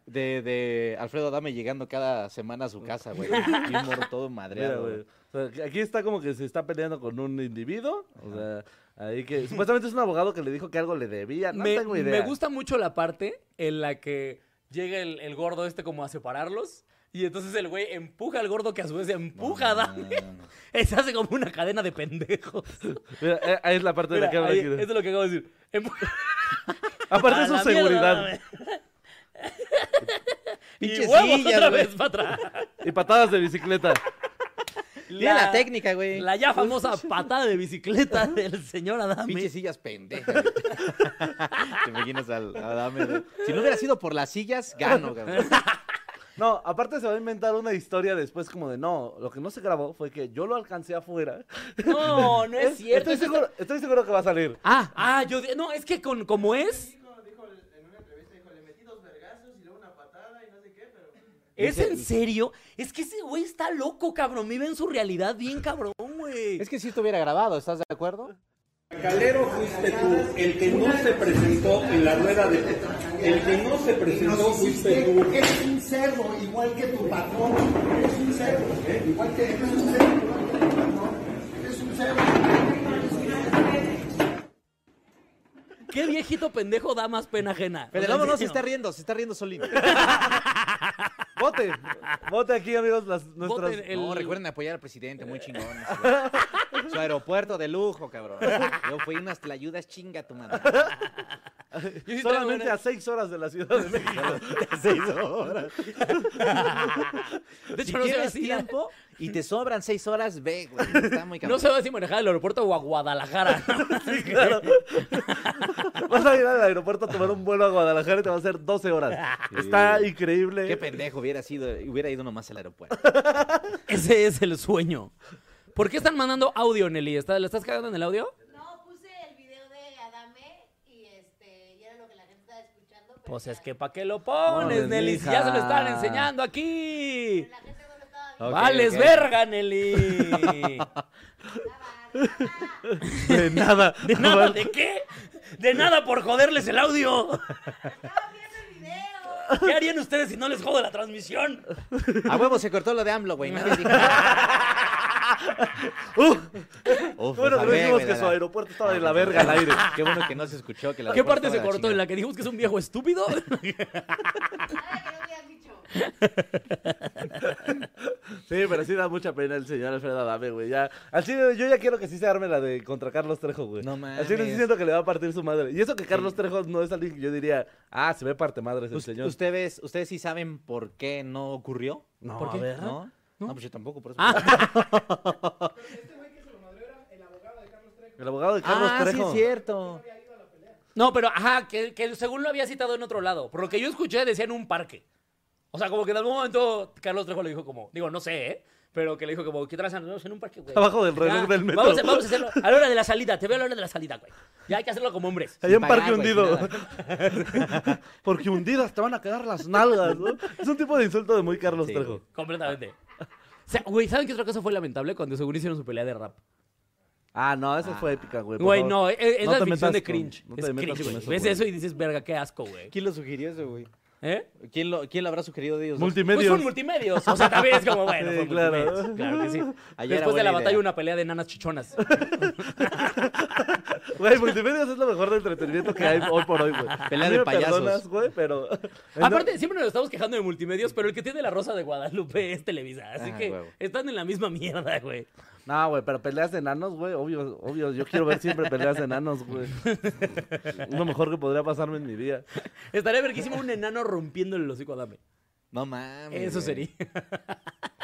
C: de, de Alfredo Adame llegando cada semana a su casa, güey. Y un morro todo
A: Mira,
C: madreado,
A: güey.
C: güey.
A: O sea, aquí está como que se está peleando con un individuo. O sea, ahí que. Supuestamente es un abogado que le dijo que algo le debía. No
B: me,
A: tengo idea.
B: me gusta mucho la parte en la que llega el, el gordo este como a separarlos. Y entonces el güey empuja al gordo que a su vez empuja a Adame.
C: No, no, no.
B: Se hace como una cadena de pendejos.
A: Mira, eh, ahí es la parte de
B: Mira,
A: la que habla
B: ahí,
A: Quiroz.
B: eso es lo que acabo de decir. Empuja-
A: Aparte
B: a
A: de su
B: la
A: seguridad.
B: mierda, y
C: Pinches
B: huevos
C: sillas,
B: otra
C: güey.
B: vez para atrás.
A: y patadas de bicicleta.
C: Tiene la técnica, güey.
B: La ya famosa patada de bicicleta del señor Adame.
C: Pinches sillas pendejas. güey. Te imaginas al a Adame, güey. Si no hubiera sido por las sillas, gano, cabrón.
A: No, aparte se va a inventar una historia después como de no, lo que no se grabó fue que yo lo alcancé afuera.
B: No, no es cierto.
A: Estoy
B: eso
A: seguro, estoy seguro que va a salir.
B: Ah, ah, yo di- no, es que con como es,
D: dijo, dijo en una entrevista, dijo, le metí dos vergazos y luego una patada y no sé qué, pero...
B: es en serio, es que ese güey está loco, cabrón, vive en su realidad bien cabrón, güey.
C: Es que si estuviera grabado, ¿estás de acuerdo?
E: Calero fuiste tú, el que no se presentó en la rueda de el que no se presentó fuiste tú.
F: Eres un cerdo, igual que tu patrón. Eres un cerdo. Igual que eres un cerdo, igual que tu patrón. Eres un cerdo.
B: Qué viejito pendejo da más pena ajena.
C: Pero
B: O sea,
C: Pues no, no, se
B: en serio.
C: está riendo, se está riendo solito.
A: Vote, vote aquí amigos las nuestras.
B: Voten el-
C: No, recuerden apoyar al presidente, muy chingón. ese güey. Su aeropuerto de lujo, cabrón. Yo fui unas tlayudas chinga tu madre.
B: Yo sí traigo
A: Solamente
B: una-
A: a seis horas de la Ciudad de México.
C: Seis horas.
B: De
C: Si
B: hecho, no se va
C: tienes
B: así.
C: tiempo y te sobran seis horas, ve, güey. Está muy
B: No
C: cabrón.
B: se va así manejar al aeropuerto o a Guadalajara.
A: Sí, claro. Vas a ir al aeropuerto a tomar un vuelo a Guadalajara y te va a hacer 12 horas. Está increíble.
C: Qué pendejo hubiera sido, hubiera ido nomás al aeropuerto.
B: Ese es el sueño. ¿Por qué están mandando audio, Nelly? ¿Está- ¿La estás cagando en el audio?
G: No, puse el video de Adame y este, y era lo que la gente estaba escuchando. Pero
B: Pues
G: ya-
B: es que ¿para qué lo pones,
A: Pones,
B: Nelly? Si ya se lo están
C: mija.
B: enseñando aquí.
G: pero La gente no lo estaba
C: Ok,
B: ¡Vales
C: ok.
B: verga, Nelly!
G: viendo. Ah,
A: De nada.
B: ¿De nada de qué? ¡De nada por joderles el audio!
G: Estaba viendo el video.
B: ¿Qué harían ustedes si no les jodo la transmisión?
C: A huevo se cortó lo de AMLO, güey. Nadie dijo nada.
A: Uh,
C: Uf,
A: bueno,
C: pues, a
A: pero
C: ver,
A: dijimos
C: güey,
A: que
C: la- pues,
A: su aeropuerto estaba de la verga al aire.
C: Qué bueno que no se escuchó. Que la
B: ¿Qué parte
C: estaba
B: se
C: la
B: cortó? ¿En
C: chingada.
B: la que dijimos que es un viejo estúpido?
D: Este
G: Nada que no habían dicho.
A: Sí, pero sí da mucha pena el señor Alfredo Adame, güey. Ya, así yo ya quiero que sí se arme la de contra Carlos Trejo, güey.
C: No
A: Así
C: mames.
A: les siento que le va a partir su madre. Y eso que Carlos Trejo no es alguien que yo diría, ah, se ve parte madre ese
C: Us-
A: señor.
C: ¿Ustedes, ¿Ustedes sí saben por qué no ocurrió?
A: No,
B: ¿Por qué?
A: a ver.
C: ¿No? No, pues yo tampoco, por eso.
D: Este güey que se lo madrió era el abogado de Carlos Trejo.
A: El abogado de Carlos
C: ah, sí
A: Trejo.
C: es cierto.
B: No, pero ajá, que, que según lo había citado en otro lado. Por lo que yo escuché, decía en un parque. O sea, como que en algún momento Carlos Trejo le dijo como, digo, no sé, ¿eh? Pero que le dijo como, ¿qué transan? Vamos en un parque, güey.
A: Abajo del reloj del metro.
B: Vamos a, vamos a hacerlo a la hora de la salida. Te veo a la hora de la salida, güey. Ya hay que hacerlo como hombres.
A: Allá en
C: pagar,
A: Parque
C: güey,
A: Hundido. Porque hundidas te van a quedar las nalgas, ¿no? Es un tipo de insulto de muy Carlos
C: Sí,
A: Trejo.
C: güey.
B: Completamente. O sea, güey, ¿saben qué otra cosa fue lamentable? Cuando según hicieron su pelea de rap.
A: Ah, no, esa fue épica, güey. Eh, por
B: Güey,
A: favor.
B: no, eh. es, es
A: No
B: la
A: te
B: ficción
A: metas
B: de
A: con-
B: cringe.
A: no te
B: es
A: metas
B: cringe,
A: con
B: güey.
A: eso,
B: Ves
A: güey.
B: eso y dices, verga, qué asco, güey.
C: ¿Quién lo sugirió eso, güey?
B: ¿Eh?
C: ¿Quién lo, ¿Quién lo habrá sugerido de ellos? dos?
A: Multimedios.
B: Pues son multimedios. O sea, también es como, bueno,
A: Sí,
B: fue
A: claro.
B: multimedios. Claro que sí.
C: Ayer era
B: Después de
C: buena
B: la
C: idea.
B: batalla, una pelea de nanas chichonas.
A: Güey, multimedios es lo mejor de entretenimiento que hay hoy por hoy, güey.
C: Pelea
A: A mí
C: de
A: me
C: payasos.
A: perdonas, güey, pero...
B: Aparte, siempre nos estamos quejando de multimedios, pero el que tiene la rosa de Guadalupe es Televisa. Así
C: Ah,
B: que
C: huevo.
B: están en la misma mierda, güey.
A: No, güey, pero peleas de enanos, güey, obvio, obvio. Yo quiero ver siempre peleas de enanos, güey. Lo mejor que podría pasarme en mi vida.
B: Estaría verguísimo un enano rompiéndole el hocico a Dame.
C: No mames.
B: Eso
C: güey.
B: sería.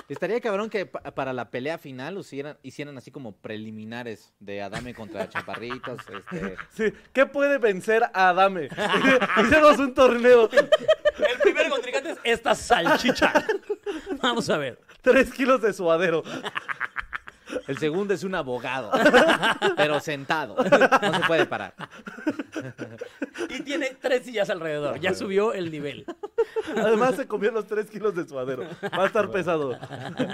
C: Estaría cabrón que pa- para la pelea final hicieran, hicieran así como preliminares de Adame contra Chaparritos. Este...
A: Sí, ¿qué puede vencer a Adame? Hicimos un torneo.
B: El primer contrincante es esta salchicha. Vamos a ver.
A: Tres kilos de suadero.
C: El segundo es un abogado, pero sentado. No se puede parar.
B: Y tiene tres sillas alrededor. Ya subió el nivel.
A: Además, se comió los tres kilos de suadero. Va a estar pesado.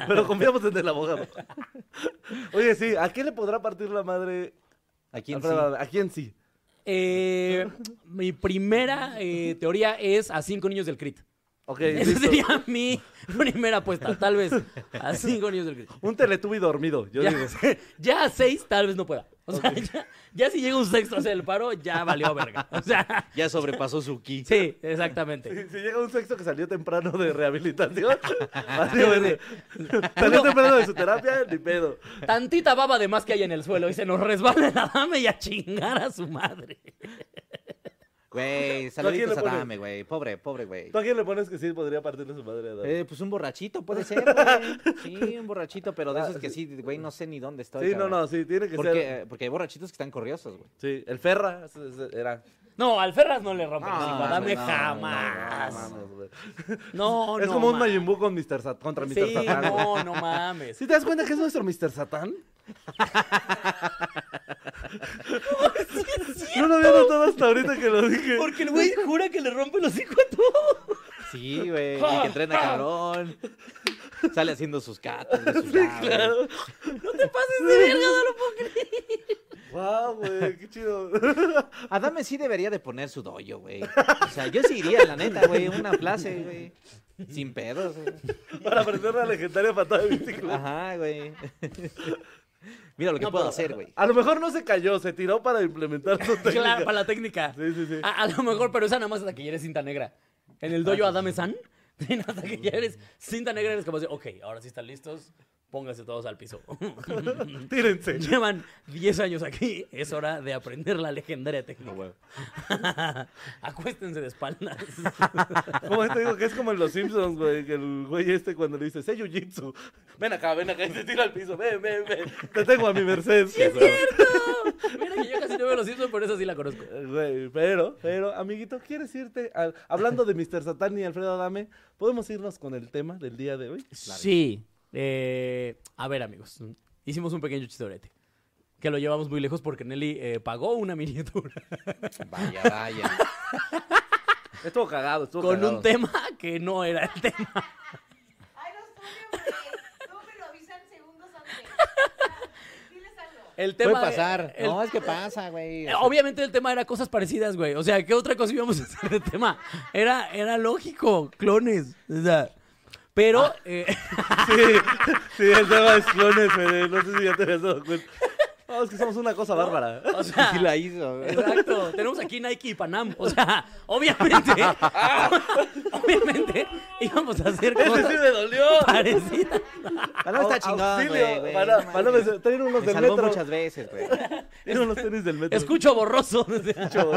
A: Pero confiamos en el abogado. Oye, sí, ¿a qué le podrá partir la madre?
C: ¿A quién sí?
A: Alfredo Adame? ¿A quién sí?
B: Eh, mi primera eh, teoría es a cinco niños del crit.
A: Ok,
B: Esa
A: listo.
B: sería mi primera apuesta, tal vez. A cinco niños del crit.
A: Un teletubi dormido, yo
B: Ya,
A: digo.
B: ya a seis tal vez no pueda. O sea, ya, ya si llega un sexto a hacer el paro, ya valió verga. O sea,
C: Ya sobrepasó su ki.
B: sí, exactamente.
A: Si, si llega un sexto que salió temprano de rehabilitación, valió verga. salió temprano de su terapia, ni pedo.
B: Tantita baba de más que hay en el suelo y se nos resbala la dame y a chingar a su madre.
C: Güey, saluditos
A: le
C: a
A: pones?
C: Adame, güey. Pobre, pobre, güey.
A: ¿Tú a quién le pones que sí podría partirle su madre a Adame?
C: Eh, pues un borrachito puede ser, güey. Sí, un borrachito, pero de esos que sí, güey, no sé ni dónde estoy.
A: Ah, sí, no, no, sí, tiene que
C: Porque,
A: ser.
C: eh, porque hay borrachitos que están corriosos, güey.
A: Sí, el Ferra ese- ese era.
B: No, al Ferraz no le rompe el
A: Ah,
C: No,
B: hocico, a dame
C: no, no,
B: jamás.
A: Vamos, güey.
C: Oh,
B: No, no.
A: es como un
B: mames.
A: Majin Buu con Mr. Sat- contra Mr.
B: Sí,
A: Satán. güey.
B: no, no mames.
A: ¿Sí te das cuenta que es nuestro Mr. Satán? No lo había notado hasta ahorita que lo dije.
B: Porque el güey jura que le rompe el hocico a todo.
C: Sí, güey. y que entrena cabrón. Sale haciendo sus catas. de su
A: Ah,
C: lado, güey.
B: No te pases de verga, no lo puedo creer.
A: Wow, güey, qué chido.
C: Adame sí debería de poner su doyo, güey. O sea, yo sí iría, la neta, güey. Una clase, güey. Sin pedos, güey.
A: Para aprender la legendaria patada de bicicleta.
C: Ajá, güey. Mira lo que
B: No,
C: puedo
B: pero-
C: hacer, güey.
A: A lo mejor no se cayó, se tiró para implementar su técnica.
B: Claro, para la técnica.
A: Sí, sí, sí.
B: A, a lo mejor, pero esa nada más hasta que ya eres cinta negra.
A: Ah,
B: En el dojo Adame San, hasta que ya eres cinta negra, eres como así, ok, ahora sí están listos. Pónganse todos al piso.
A: Tírense.
B: Llevan 10 años aquí. Es hora de aprender la
A: Ah,
B: legendaria técnica. Acuéstense de espaldas.
A: ¿Cómo te digo? Que es como en los Simpsons, güey. Que el güey este cuando le dice, sé jiu-jitsu. Ven acá, ven acá. Y te tira al piso. Ven, ven, ven. Te tengo a mi merced.
B: Mira que yo casi no veo los Simpsons, pero esa sí la conozco.
A: Güey, pero, pero, amiguito, ¿quieres irte? al- Hablando de Mr. Satán y Alfredo Adame, ¿podemos irnos con el tema del día de hoy?
B: Sí. Eh, a ver, amigos. Hicimos un pequeño chistorete. Que lo llevamos muy lejos porque Nelly eh, pagó una miniatura
C: Vaya, vaya.
A: Estuvo cagado, estuvo
B: con
A: cagado.
B: un tema que no era el tema.
G: Ay, los tuyo, porque tú me lo avisan segundos antes. Diles algo.
B: El tema
C: Puede pasar.
B: el-
C: No, es que pasa, güey.
B: Eh, Obviamente el tema era cosas parecidas, güey. O sea, ¿qué otra cosa íbamos a hacer de tema? Era, era lógico, clones. O sea, pero
C: Ah.
B: eh,
A: Sí, sí, el tema es clones, Fede, No sé si ya te habías dado cuenta. No, es que somos una cosa bárbara.
B: o sea,
C: Sí la hizo. güey.
B: Exacto. Tenemos aquí Nike y Panam. O sea, obviamente. obviamente íbamos a hacer
A: ¡Ese sí
B: cosas
A: me dolió!
B: parecidas.
C: Panam está chingón,
A: Auxilio,
C: güey, güey.
A: Panam,
C: No
A: Panam,
C: mames.
A: ese- traen unos
C: Me
A: del
C: salvó
A: metro.
C: muchas veces, güey.
A: Traen unos tenis del metro.
B: Escucho borroso.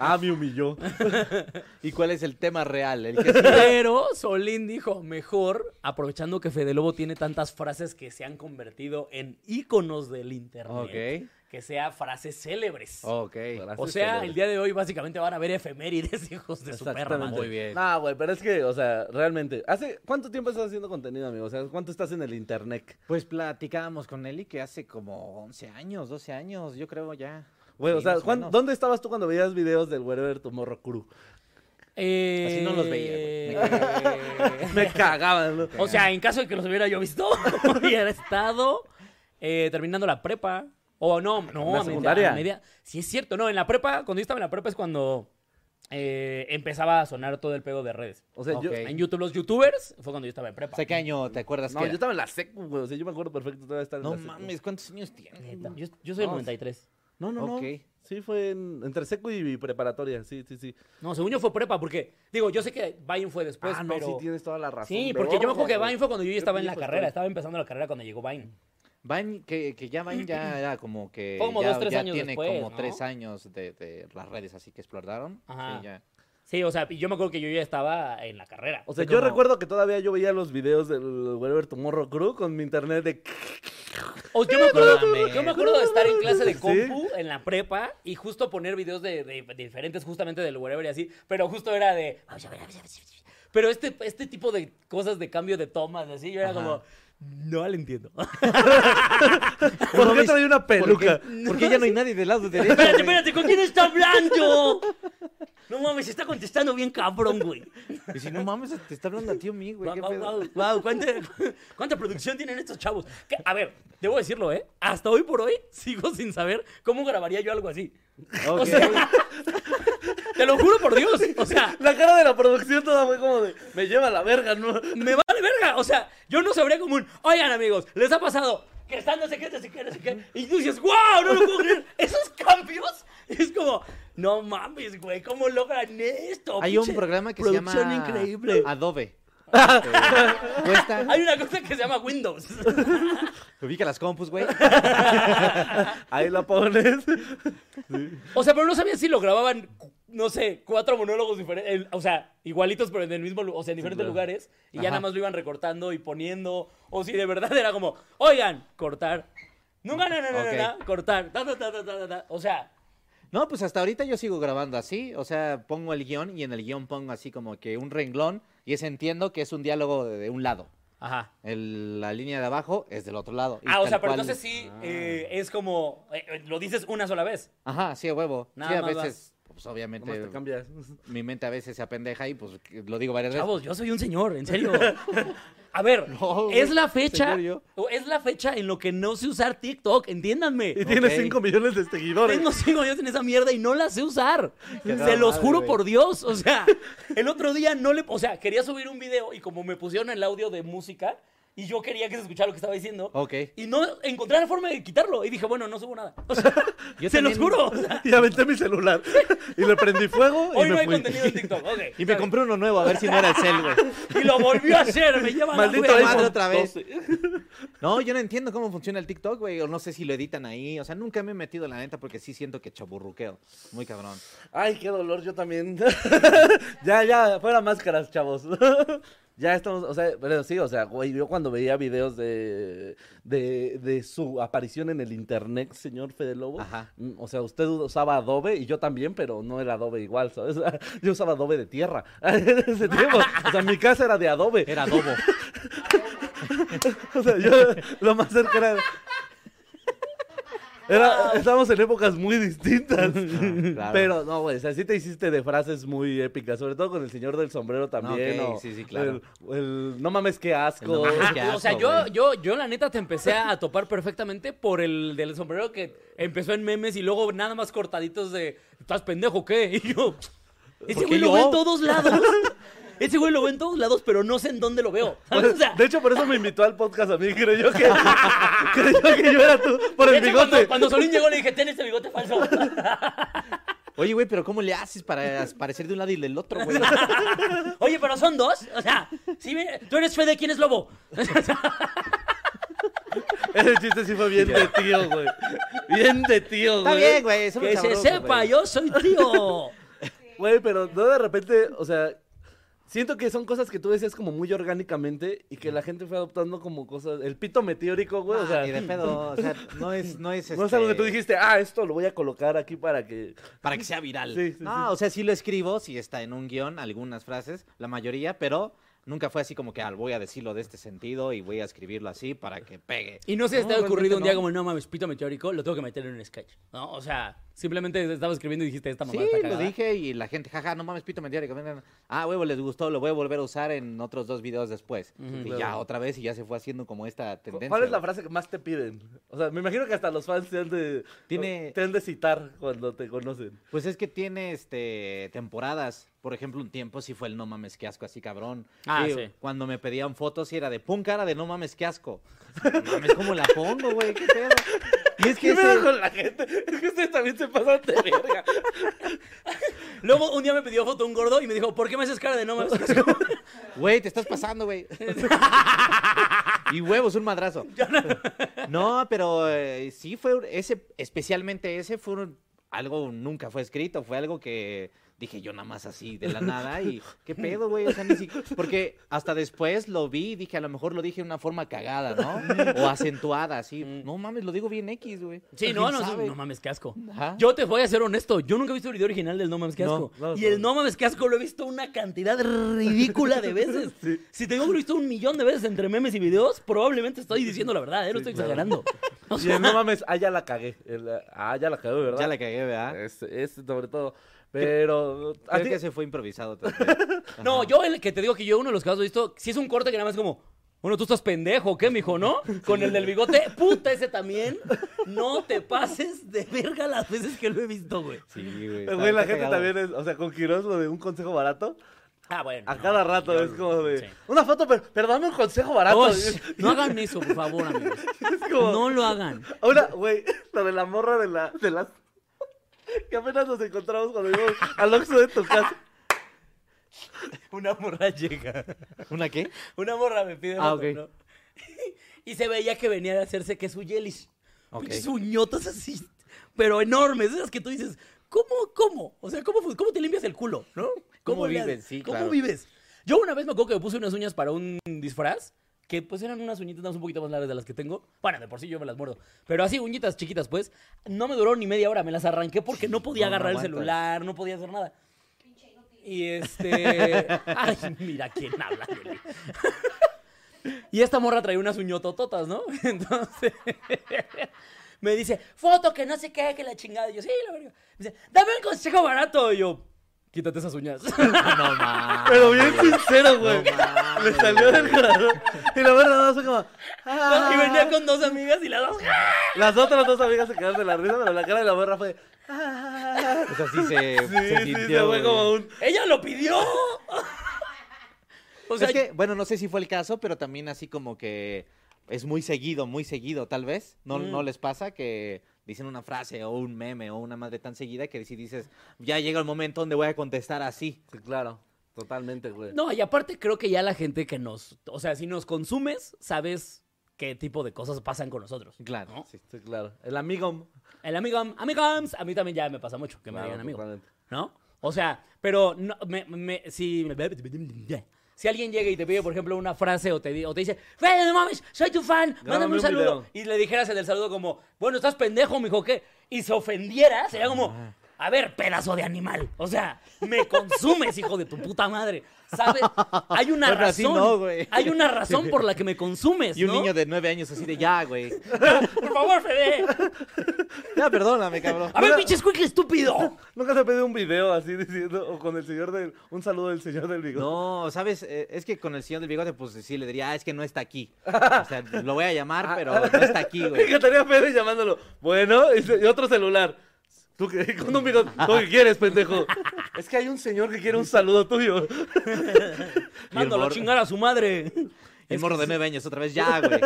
A: Ah, me humilló.
C: ¿Y cuál es el tema real? El que
B: Pero Solín dijo, mejor, aprovechando que Fede Lobo tiene tantas frases que se han convertido en íconos del internet. Que sea frases célebres.
C: Ok.
B: O sea, el día de hoy básicamente van a ver efemérides, hijos de su perra.
A: Exactamente.
B: madre.
C: Muy bien.
A: No, güey, pero es que, o sea, realmente, ¿hace cuánto tiempo estás haciendo contenido, amigo? O sea, ¿cuánto estás en el internet?
C: Pues platicábamos con Nelly que hace como 11 años, 12 años, yo creo ya.
A: Güey, o
C: Sí,
A: sea,
C: más
A: ¿cuán-
C: menos.
A: ¿dónde estabas tú cuando veías videos del Wherever Tomorrow Crew?
B: Eh,
C: Así no los veía, güey. Me
A: Me cagaban, ¿no?
B: O sea, en caso de que los hubiera yo visto, hubiera estado eh, terminando la prepa. O no, no,
A: La
B: a media-
A: secundaria.
B: a media- Sí, es cierto, no, en la prepa, cuando yo estaba en la prepa es cuando eh, empezaba a sonar todo el pedo de redes.
A: O sea,
C: Ok.
A: yo...
B: En YouTube, los youtubers, fue cuando yo estaba en prepa.
C: O sea, ¿qué año te acuerdas
A: No,
C: que
A: yo
C: era?
A: estaba en la secu, güey. O sea, yo me acuerdo perfecto todavía estar en
C: No
A: la secu.
C: mames, ¿cuántos años tiene?
B: Neta, Yo, yo soy el
A: No,
B: 93.
A: No, no, no.
C: Ok.
A: Sí, fue en- entre secu y preparatoria, sí, sí, sí.
B: No, según yo fue prepa, porque, digo, yo sé que Vine fue después,
A: ah, no,
B: pero...
A: sí tienes toda la razón.
B: Sí, porque yo me acuerdo que
A: verga,
B: Vine fue cuando yo ya
A: Yo
B: estaba en la
A: pendejo
B: carrera,
A: estoy.
B: estaba empezando la carrera cuando llegó Vine.
C: Vine, que, que ya Vine ya era como que.
B: Fue como
C: ya,
B: dos, tres
C: ya
B: años
C: tiene
B: después,
C: como
B: ¿no?
C: tres años de, de las redes así que explotaron.
B: Ajá.
C: Sí, ya.
B: Sí, o sea, y yo me acuerdo que yo ya estaba en la carrera.
A: O sea,
B: Fue
A: yo
B: como-
A: recuerdo que todavía yo veía los videos del Wherever Tomorrow Crew con mi internet de...
B: O yo, me acuerdo,
C: No mames.
B: yo me acuerdo de estar en clase de
A: Sí.
B: compu en la prepa y justo poner videos de, de- de diferentes, justamente del wherever y así, pero justo era de. "Vamos a ver, vamos a ver". Pero este, este tipo de cosas de cambio de tomas, así, yo era como. No le entiendo.
A: ¿Por qué traía una
C: ¿Por
A: peluca?
C: qué, por qué ya no hay nadie del lado derecho?
B: espérate,
C: güey?
B: espérate, ¿con quién está hablando? No mames, está contestando bien cabrón, güey.
C: Y si no mames, te está hablando a ti o mí, güey.
B: Wow,
C: ¿qué
B: wow,
C: pedo?
B: wow, wow, ¿cuánta, cuánta producción tienen estos chavos? Que, a ver, debo decirlo, ¿eh? Hasta hoy por hoy sigo sin saber cómo grabaría yo algo así. O
C: Ok.
B: sea, te lo juro por Dios. O sea,
A: La cara de la producción toda fue como de... Me lleva a la verga, ¿no?
B: me vale verga. O sea, yo no sabría como un, oigan amigos, les ha pasado que están no sé qué, no sé qué, no sé qué. Y tú dices, wow, no lo puedo creer. Esos cambios es como, no mames, güey, ¿cómo logran esto?
C: Hay un
B: Pinche
C: programa que se
B: producción
C: llama
B: increíble.
C: Adobe. Eh, cuesta.
B: Hay una cosa que se llama Windows.
C: Ubica las compus, güey.
A: Ahí la pones.
B: O sea, pero no sabía si lo grababan, no sé, cuatro monólogos diferentes, o sea, igualitos, pero en el mismo, lu- o sea, en diferentes
A: claro.
B: lugares, y ya
C: Ajá.
B: nada más lo iban recortando y poniendo, o si de verdad era como, oigan, cortar, no, no, no, no, no,
C: Ok.
B: no, cortar, ta, ta, ta, ta, ta, ta, ta. o sea,
C: No, pues hasta ahorita yo sigo grabando así, o sea, pongo el guión y en el guión pongo así como que un renglón y ese entiendo que es un diálogo de, de un lado.
B: ajá.
C: El- la línea de abajo es del otro lado. y
B: Ah, o
C: tal
B: sea, pero
C: cual-
B: entonces sí, eh, es como, eh, eh, lo dices una sola vez.
C: Ajá, sí, a huevo.
B: Nada
C: sí, a
B: más este
C: veces, pues
A: Nomás
C: obviamente,
A: te cambias.
C: mi mente a veces se apendeja y pues que- lo digo varias veces.
B: Chavos, yo soy un señor, en serio. A ver,
C: No, güey,
B: es la fecha,
C: señor yo.
B: o es la fecha en lo que no sé usar TikTok, entiéndanme.
A: Y tienes
C: Ok.
A: 5 millones de seguidores.
B: Tengo cinco años en esa mierda y no la sé usar.
C: Qué
B: Se
C: nada
B: los
C: madre,
B: juro
C: güey.
B: por Dios. O sea, el otro día no le. O sea, quería subir un video y como me pusieron el audio de música, y yo quería que se escuchara lo que estaba diciendo.
C: Ok.
B: Y no encontré la forma de quitarlo. Y dije, bueno, no subo nada. O sea,
C: Yo
B: se los
C: también-
B: juro. o sea,
A: Y aventé mi celular. Y le prendí fuego y
B: hoy
A: me
B: no hay
A: fui.
B: contenido en TikTok. ok.
C: Y me compré uno nuevo, a ver si no era el cel, güey.
B: Y lo volvió a hacer. Me lleva la
A: Maldito
B: wea.
A: iPhone
C: madre otra vez.
A: 12.
C: No, yo no entiendo cómo funciona el TikTok, güey. O no sé si lo editan ahí. O sea, nunca me he metido la neta porque sí siento que chaburruqueo. Muy cabrón.
A: Ay, qué dolor, yo también. ya, ya, fuera máscaras, chavos. ya estamos, o sea, pero sí, o sea, güey, yo cuando veía videos de, de, de su aparición en el internet, señor Fede Lobo,
C: Ajá.
A: mm, o sea, usted usaba Adobe y yo también, pero no era Adobe igual, ¿sabes? yo usaba Adobe de tierra en ese tiempo. O sea, mi casa era de Adobe.
C: Era adobo.
A: O sea, yo lo más cerca era. Era, Estábamos en épocas muy distintas.
C: Ah, claro.
A: Pero no, güey, o sea, sí te hiciste de frases muy épicas, sobre todo con el señor del sombrero también.
C: ok,
A: o
C: sí, sí, claro.
A: El, el no mames, qué asco.
C: El no mames, qué
B: O sea,
C: asco,
B: yo,
C: güey.
B: yo, yo la neta te empecé a topar perfectamente por el del sombrero que empezó en memes y luego nada más cortaditos de ¿estás pendejo o qué? Y yo, ese
C: qué
B: güey lo ve
C: yo?
B: en todos lados. Ese güey lo ve en todos lados, pero no sé en dónde lo veo. ¿sabes? O sea,
A: de hecho, por eso me invitó al podcast a mí. Creyó que, creyó que yo era tú por
B: de
A: el
B: hecho,
A: bigote.
B: Cuando, cuando Solín llegó le dije, ten este bigote falso.
C: Oye, güey, pero ¿cómo le haces para parecer de un lado y del otro, güey?
B: Oye, pero son dos. O sea, si me- tú eres Fede, ¿quién es Lobo?
A: Ese chiste sí fue bien de tío, güey. Bien de tío,
C: Está
A: güey.
C: bien, güey. somos
B: que se
C: sabrosos,
B: sepa,
C: güey.
B: yo soy tío.
A: Güey, pero no de repente, o sea, siento que son cosas que tú decías como muy orgánicamente y que la gente fue adoptando como cosas, el pito meteórico, güey, o
C: Ah,
A: sea,
C: ni de pedo. O sea, no es, no es,
A: no es algo que tú
C: este,
A: dijiste, ah, esto lo voy a colocar aquí para que...
C: Para que sea viral.
A: Sí, sí,
C: no, o sea, sí lo escribo, sí está en un guión, algunas frases, la mayoría, pero nunca fue así como que ah, voy a decirlo de este sentido y voy a escribirlo así para que pegue.
B: Y no se te ha
C: No,
B: ocurrido un día
C: realmente no.
B: como, no mames, pito meteórico, lo tengo que meter en un sketch, ¿no? O sea, simplemente estaba escribiendo y dijiste, esta mamá
C: Sí,
B: está
C: lo
B: cagada.
C: dije y la gente, jaja, no mames, pito meteórico. ven, ven. Ah, huevo, les gustó, lo voy a volver a usar en otros dos videos después. y ya otra vez y ya se fue haciendo como esta tendencia.
A: ¿Cuál es la
C: güey.
A: frase que más te piden? O sea, me imagino que hasta los fans te han de,
C: Tiene-
A: te han de citar cuando te conocen.
C: Pues es que tiene este temporadas. Por ejemplo, un tiempo sí fue el no mames qué asco, así cabrón.
B: Ah,
C: Y
B: sí.
C: Cuando me pedían fotos y era de pon cara de no mames qué asco. No mames, ¿cómo la pongo, güey? ¿Qué pedo? Y es que
A: ¿Qué pedo
C: ese-
A: con la gente? Es que ustedes también se pasan de verga.
B: Luego un día me pidió foto un gordo y me dijo, ¿por qué me haces cara de no mames?
C: Güey, te estás pasando, güey. y huevos, un madrazo. no, pero eh, sí fue un- ese, especialmente ese fue un- algo nunca fue escrito, fue algo que dije yo nada más así de la nada y qué pedo, güey, o sea, ni si- porque hasta después lo vi y dije a lo mejor lo dije de una forma cagada, ¿no? o acentuada, así. No mames, lo digo bien X, güey.
B: sí, no,
C: ¿Quién
B: no, no,
C: sabe?
B: no mames, qué asco.
C: Ajá.
B: Yo te voy a ser honesto, yo nunca he visto el video original del No Mames qué asco.
A: No, no,
B: y
A: no.
B: el No Mames qué asco lo he visto una cantidad ridícula de veces. Si tengo que lo he visto un millón de veces entre memes y videos, probablemente estoy diciendo la verdad, ¿eh? no estoy exagerando. O
A: Y
B: sea,
A: el no mames, ah, ya la cagué. El, ah, ya la cagué, ¿verdad?
C: Ya la cagué, ¿verdad?
A: Es, es sobre todo. Pero... Eh, ¿a
C: Creo
A: ti-
C: que se fue improvisado. también.
B: No, yo el que te digo que yo uno de los casos he visto, si es un corte que nada más como, bueno, tú estás pendejo, ¿o ¿qué, mijo, no? Con el del bigote, puta, ese también. No te pases de verga las veces que lo he visto, güey.
C: Sí, güey.
A: Eh,
C: está-
A: Güey, la
C: está
A: gente
C: cagado.
A: también es, o sea, con Quiroz lo de un consejo barato,
B: Ah, bueno.
A: a
B: no.
A: cada rato es como de,
B: sí.
A: una foto, pero, pero dame un consejo barato.
C: Oh,
B: Ush, no hagan eso, por favor, amigos.
A: Es como,
B: No lo hagan.
A: una, güey, lo de la morra de, la, de las, que apenas nos encontramos cuando íbamos al Oxxo de tu casa.
B: Una morra llega.
C: ¿Una qué?
B: Una morra me pide
C: Ah,
B: foto,
C: ok.
B: ¿no? Y se veía que venía de hacerse que su yelis.
C: Ok.
B: Pinches uñotas así, pero enormes, esas que tú dices, ¿cómo, cómo? O sea, ¿cómo, fu- cómo te limpias el culo, no?
C: ¿Cómo
B: le haces?
C: vives? Sí,
B: ¿Cómo
C: claro.
B: vives? Yo una vez me acuerdo que me puse unas uñas para un disfraz, que pues eran unas uñitas nada más un poquito más largas de las que tengo. Bueno, de por sí yo me las muerdo. Pero así, uñitas chiquitas, pues. No me duró ni media hora, me las arranqué porque no podía
C: no, no
B: agarrar el
C: aguantas.
B: celular, no podía hacer nada. Y este. Ay, mira quién habla, Yoli. Y esta morra traía unas uñotototas, ¿no? Entonces. Me dice, foto que no sé qué, que la chingada. Y yo, sí, la verga. Me dice, dame un consejo barato. Y yo, quítate esas uñas.
C: No mames.
A: Pero bien sincero, güey.
C: Ah, mames,
A: Me salió del corazón. Y la verdad, no fue como, ah.
B: y venía con dos amigas y las dos.
A: Las otras dos amigas se quedaron de la risa, pero la cara de la morra fue, ah.
C: O sea, sí se,
A: Sí,
C: se
A: sí,
C: sintió,
A: se fue
C: güey.
A: como un,
B: ¡Ella lo pidió! O sea,
C: es que, bueno, no sé si fue el caso, pero también así como que es muy seguido, muy seguido, tal vez. No,
B: Mm.
C: no les pasa que dicen una frase o un meme o una madre tan seguida que si dices, ya llega el momento donde voy a contestar así.
A: Sí, claro, totalmente, güey.
B: No, y aparte creo que ya la gente que nos, o sea, si nos consumes, sabes qué tipo de cosas pasan con nosotros.
C: Claro.
B: ¿No?
C: sí.
A: Sí, claro. El amigo.
B: El amigo, amigams, a mí también ya me pasa mucho que me
A: Claro,
B: digan amigo,
A: totalmente.
B: ¿no? O sea, pero no, me- me- si, si alguien llega y te pide, por ejemplo, una frase o te, di- o te dice, "Güey, no mames, soy tu fan, mándame
A: Grábame
B: un
A: un
B: saludo.
A: video.
B: Y le dijeras en el saludo como, bueno, estás pendejo, mijo, ¿qué? Y se ofendiera, sería como,
C: Ah.
B: a ver, pedazo de animal. O sea, me consumes, hijo de tu puta madre. ¿Sabes? Hay una
C: Bueno, así
B: razón.
C: no, güey.
B: hay una razón por la que me consumes.
C: Y un
B: ¿no?
C: niño de nueve años así de, ya, güey.
B: Por favor, Fede.
C: Ya, perdóname, cabrón.
B: A ver, pinche escuincle estúpido.
A: Nunca te pedí un video así diciendo, o con el señor del, un saludo del señor del bigote.
C: No, ¿sabes? Eh, Es que con el señor del bigote, pues sí le diría, ah, es que no está aquí. O sea, lo voy a
B: Ah.
C: llamar, pero no está aquí,
A: Me
C: güey.
A: encantaría Fede llamándolo. Bueno, y, se- y otro celular. Tú que con un bigote. ¿Tú qué quieres, pendejo? Es que hay un señor que quiere un saludo tuyo.
B: Mándalo a
C: morro-
B: chingar a su madre.
C: El morro de nueve años otra vez, ya, güey.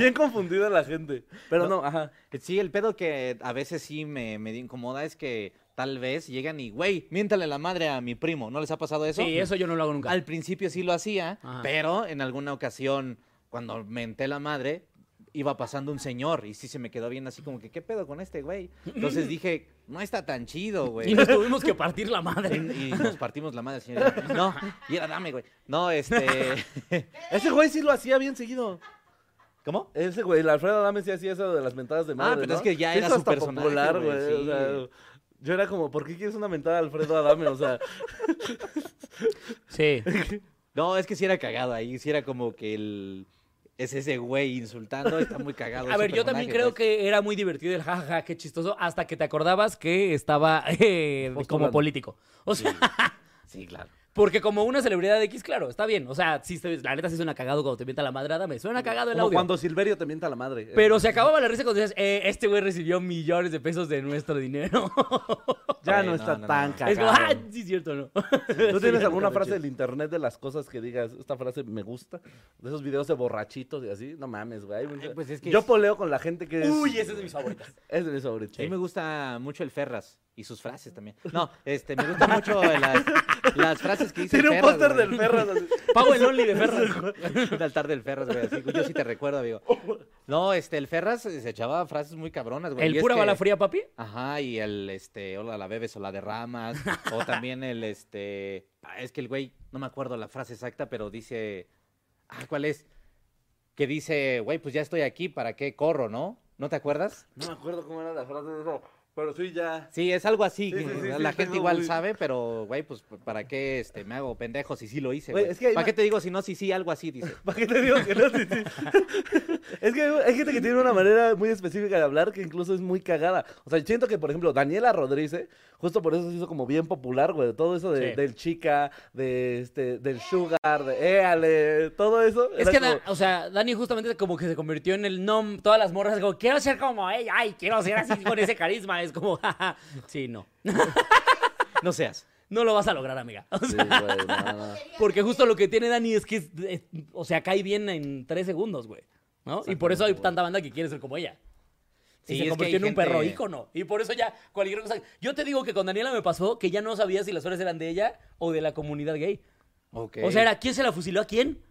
A: Bien confundida la gente. Pero no, ajá.
C: Sí, el pedo que a veces sí me, me incomoda es que tal vez llegan y, güey, miéntale la madre a mi primo. ¿No les ha pasado eso?
B: Sí, eso yo no lo hago nunca.
C: Al principio sí lo hacía,
B: Ajá.
C: pero en alguna ocasión, cuando menté la madre, iba pasando un señor y sí se me quedó bien así como que, ¿qué pedo con este güey? Entonces dije, no está tan chido, güey.
B: Y nos tuvimos que partir la madre.
C: Y, y nos partimos la madre, señor. No, y era dame, güey. No, este.
A: Ese güey sí lo hacía bien seguido.
C: ¿Cómo?
A: Ese güey, el Alfredo Adame sí hacía eso de las mentadas de madre.
C: pero
A: ¿no?
C: es que ya
A: Se
C: era
A: hizo
C: su
A: hasta
C: personaje,
A: popular,
C: güey,
A: güey, o
C: sí.
A: sea, yo era como, ¿por qué quieres una mentada de Alfredo Adame? O sea,
B: Sí.
C: No, es que sí era cagado ahí, sí era como que el. Es ese güey insultando, está muy cagado. pues.
B: A ver, yo también creo que era muy divertido el jajaja, qué chistoso, hasta que te acordabas que estaba eh, como
A: Postulando.
B: político. O sea,
C: Sí, claro.
B: porque como una celebridad X, claro, está bien. O sea, sí, se- la neta sí suena cagado cuando te mienta la madrada, me suena cagado el
A: como
B: audio.
A: cuando Silverio te mienta la madre.
B: Pero se acababa la risa cuando decías, eh, este güey recibió millones de pesos de nuestro dinero.
A: ya
C: Güey,
A: no
C: no,
A: está
C: no, no.
A: tan
B: es
A: cagado.
B: como, ah, sí, es cierto, ¿no?
A: ¿Tú tienes alguna
C: está
A: frase
C: chido.
A: del internet de las cosas que digas, esta frase me gusta? De esos videos de borrachitos y así. No mames, güey.
C: Ay, pues es que
A: Yo
C: es-
A: poleo con la gente que es...
B: Uy, esa es de mis favoritas.
A: Es de mis favoritos.
C: A mí me gusta mucho el Ferras y sus frases también. No, este, me gustan mucho las, las frases que dice
A: Tiene un
C: Ferras,
A: póster
C: güey.
A: del Ferras. así.
B: Pago el Only de Ferro.
C: El altar del Ferras, güey. así, yo sí te recuerdo, amigo. No, este, el Ferras se echaba frases muy cabronas, güey. y
B: ¿El
C: es
B: pura
C: que-
B: bala fría, papi?
C: Ajá, y el, este, hola, la bebes o la derramas. o también el, este, ah, es que el güey, no me acuerdo la frase exacta, pero dice, ah, ¿cuál es? Que dice, güey, pues ya estoy aquí, ¿para qué corro, no? ¿No te acuerdas?
A: No me acuerdo cómo era la frase de esa, Pero sí, ya...
C: Sí, es algo así.
A: Sí, sí, sí,
C: la
A: sí,
C: gente
A: tengo
C: igual
A: muy-
C: sabe, pero, güey, pues, ¿para qué este, me hago pendejo si sí lo hice?
A: Güey,
C: güey?
A: es que hay
C: ¿Para
A: una-
C: qué te digo si no, si sí, algo así, dice?
A: ¿Para qué te digo que no? Sí, sí. es que hay gente que tiene una manera muy específica de hablar que incluso es muy cagada. O sea, siento que, por ejemplo, Daniela Rodríguez, eh, justo por eso se hizo como bien popular, güey. Todo eso de-
B: Sí.
A: del chica, de este, del sugar, de éale, todo eso.
B: Es
A: era
B: que,
A: como-
B: Dan- o sea, Dani justamente como que se convirtió en el nom, todas las morras, como, quiero ser como ella, ay, quiero ser así con ese carisma. Es como, "Ja, ja". sí, no.
C: No seas.
B: No lo vas a lograr, amiga. O
A: Sí,
B: sea,
A: güey, no, no.
B: porque justo lo que tiene Dani es que, es- es- o sea, cae bien en tres segundos, güey. ¿no? Y por eso hay tanta banda que quiere ser como ella.
C: Sí,
B: Y
C: es
B: se
C: que
B: convirtió en
C: hay
B: un perro
C: gente-
B: ícono. Y por eso ya cualquier cosa. Yo te digo que con Daniela me pasó que ya no sabía si las horas eran de ella o de la comunidad gay. O sea, era ¿quién se la fusiló a quién?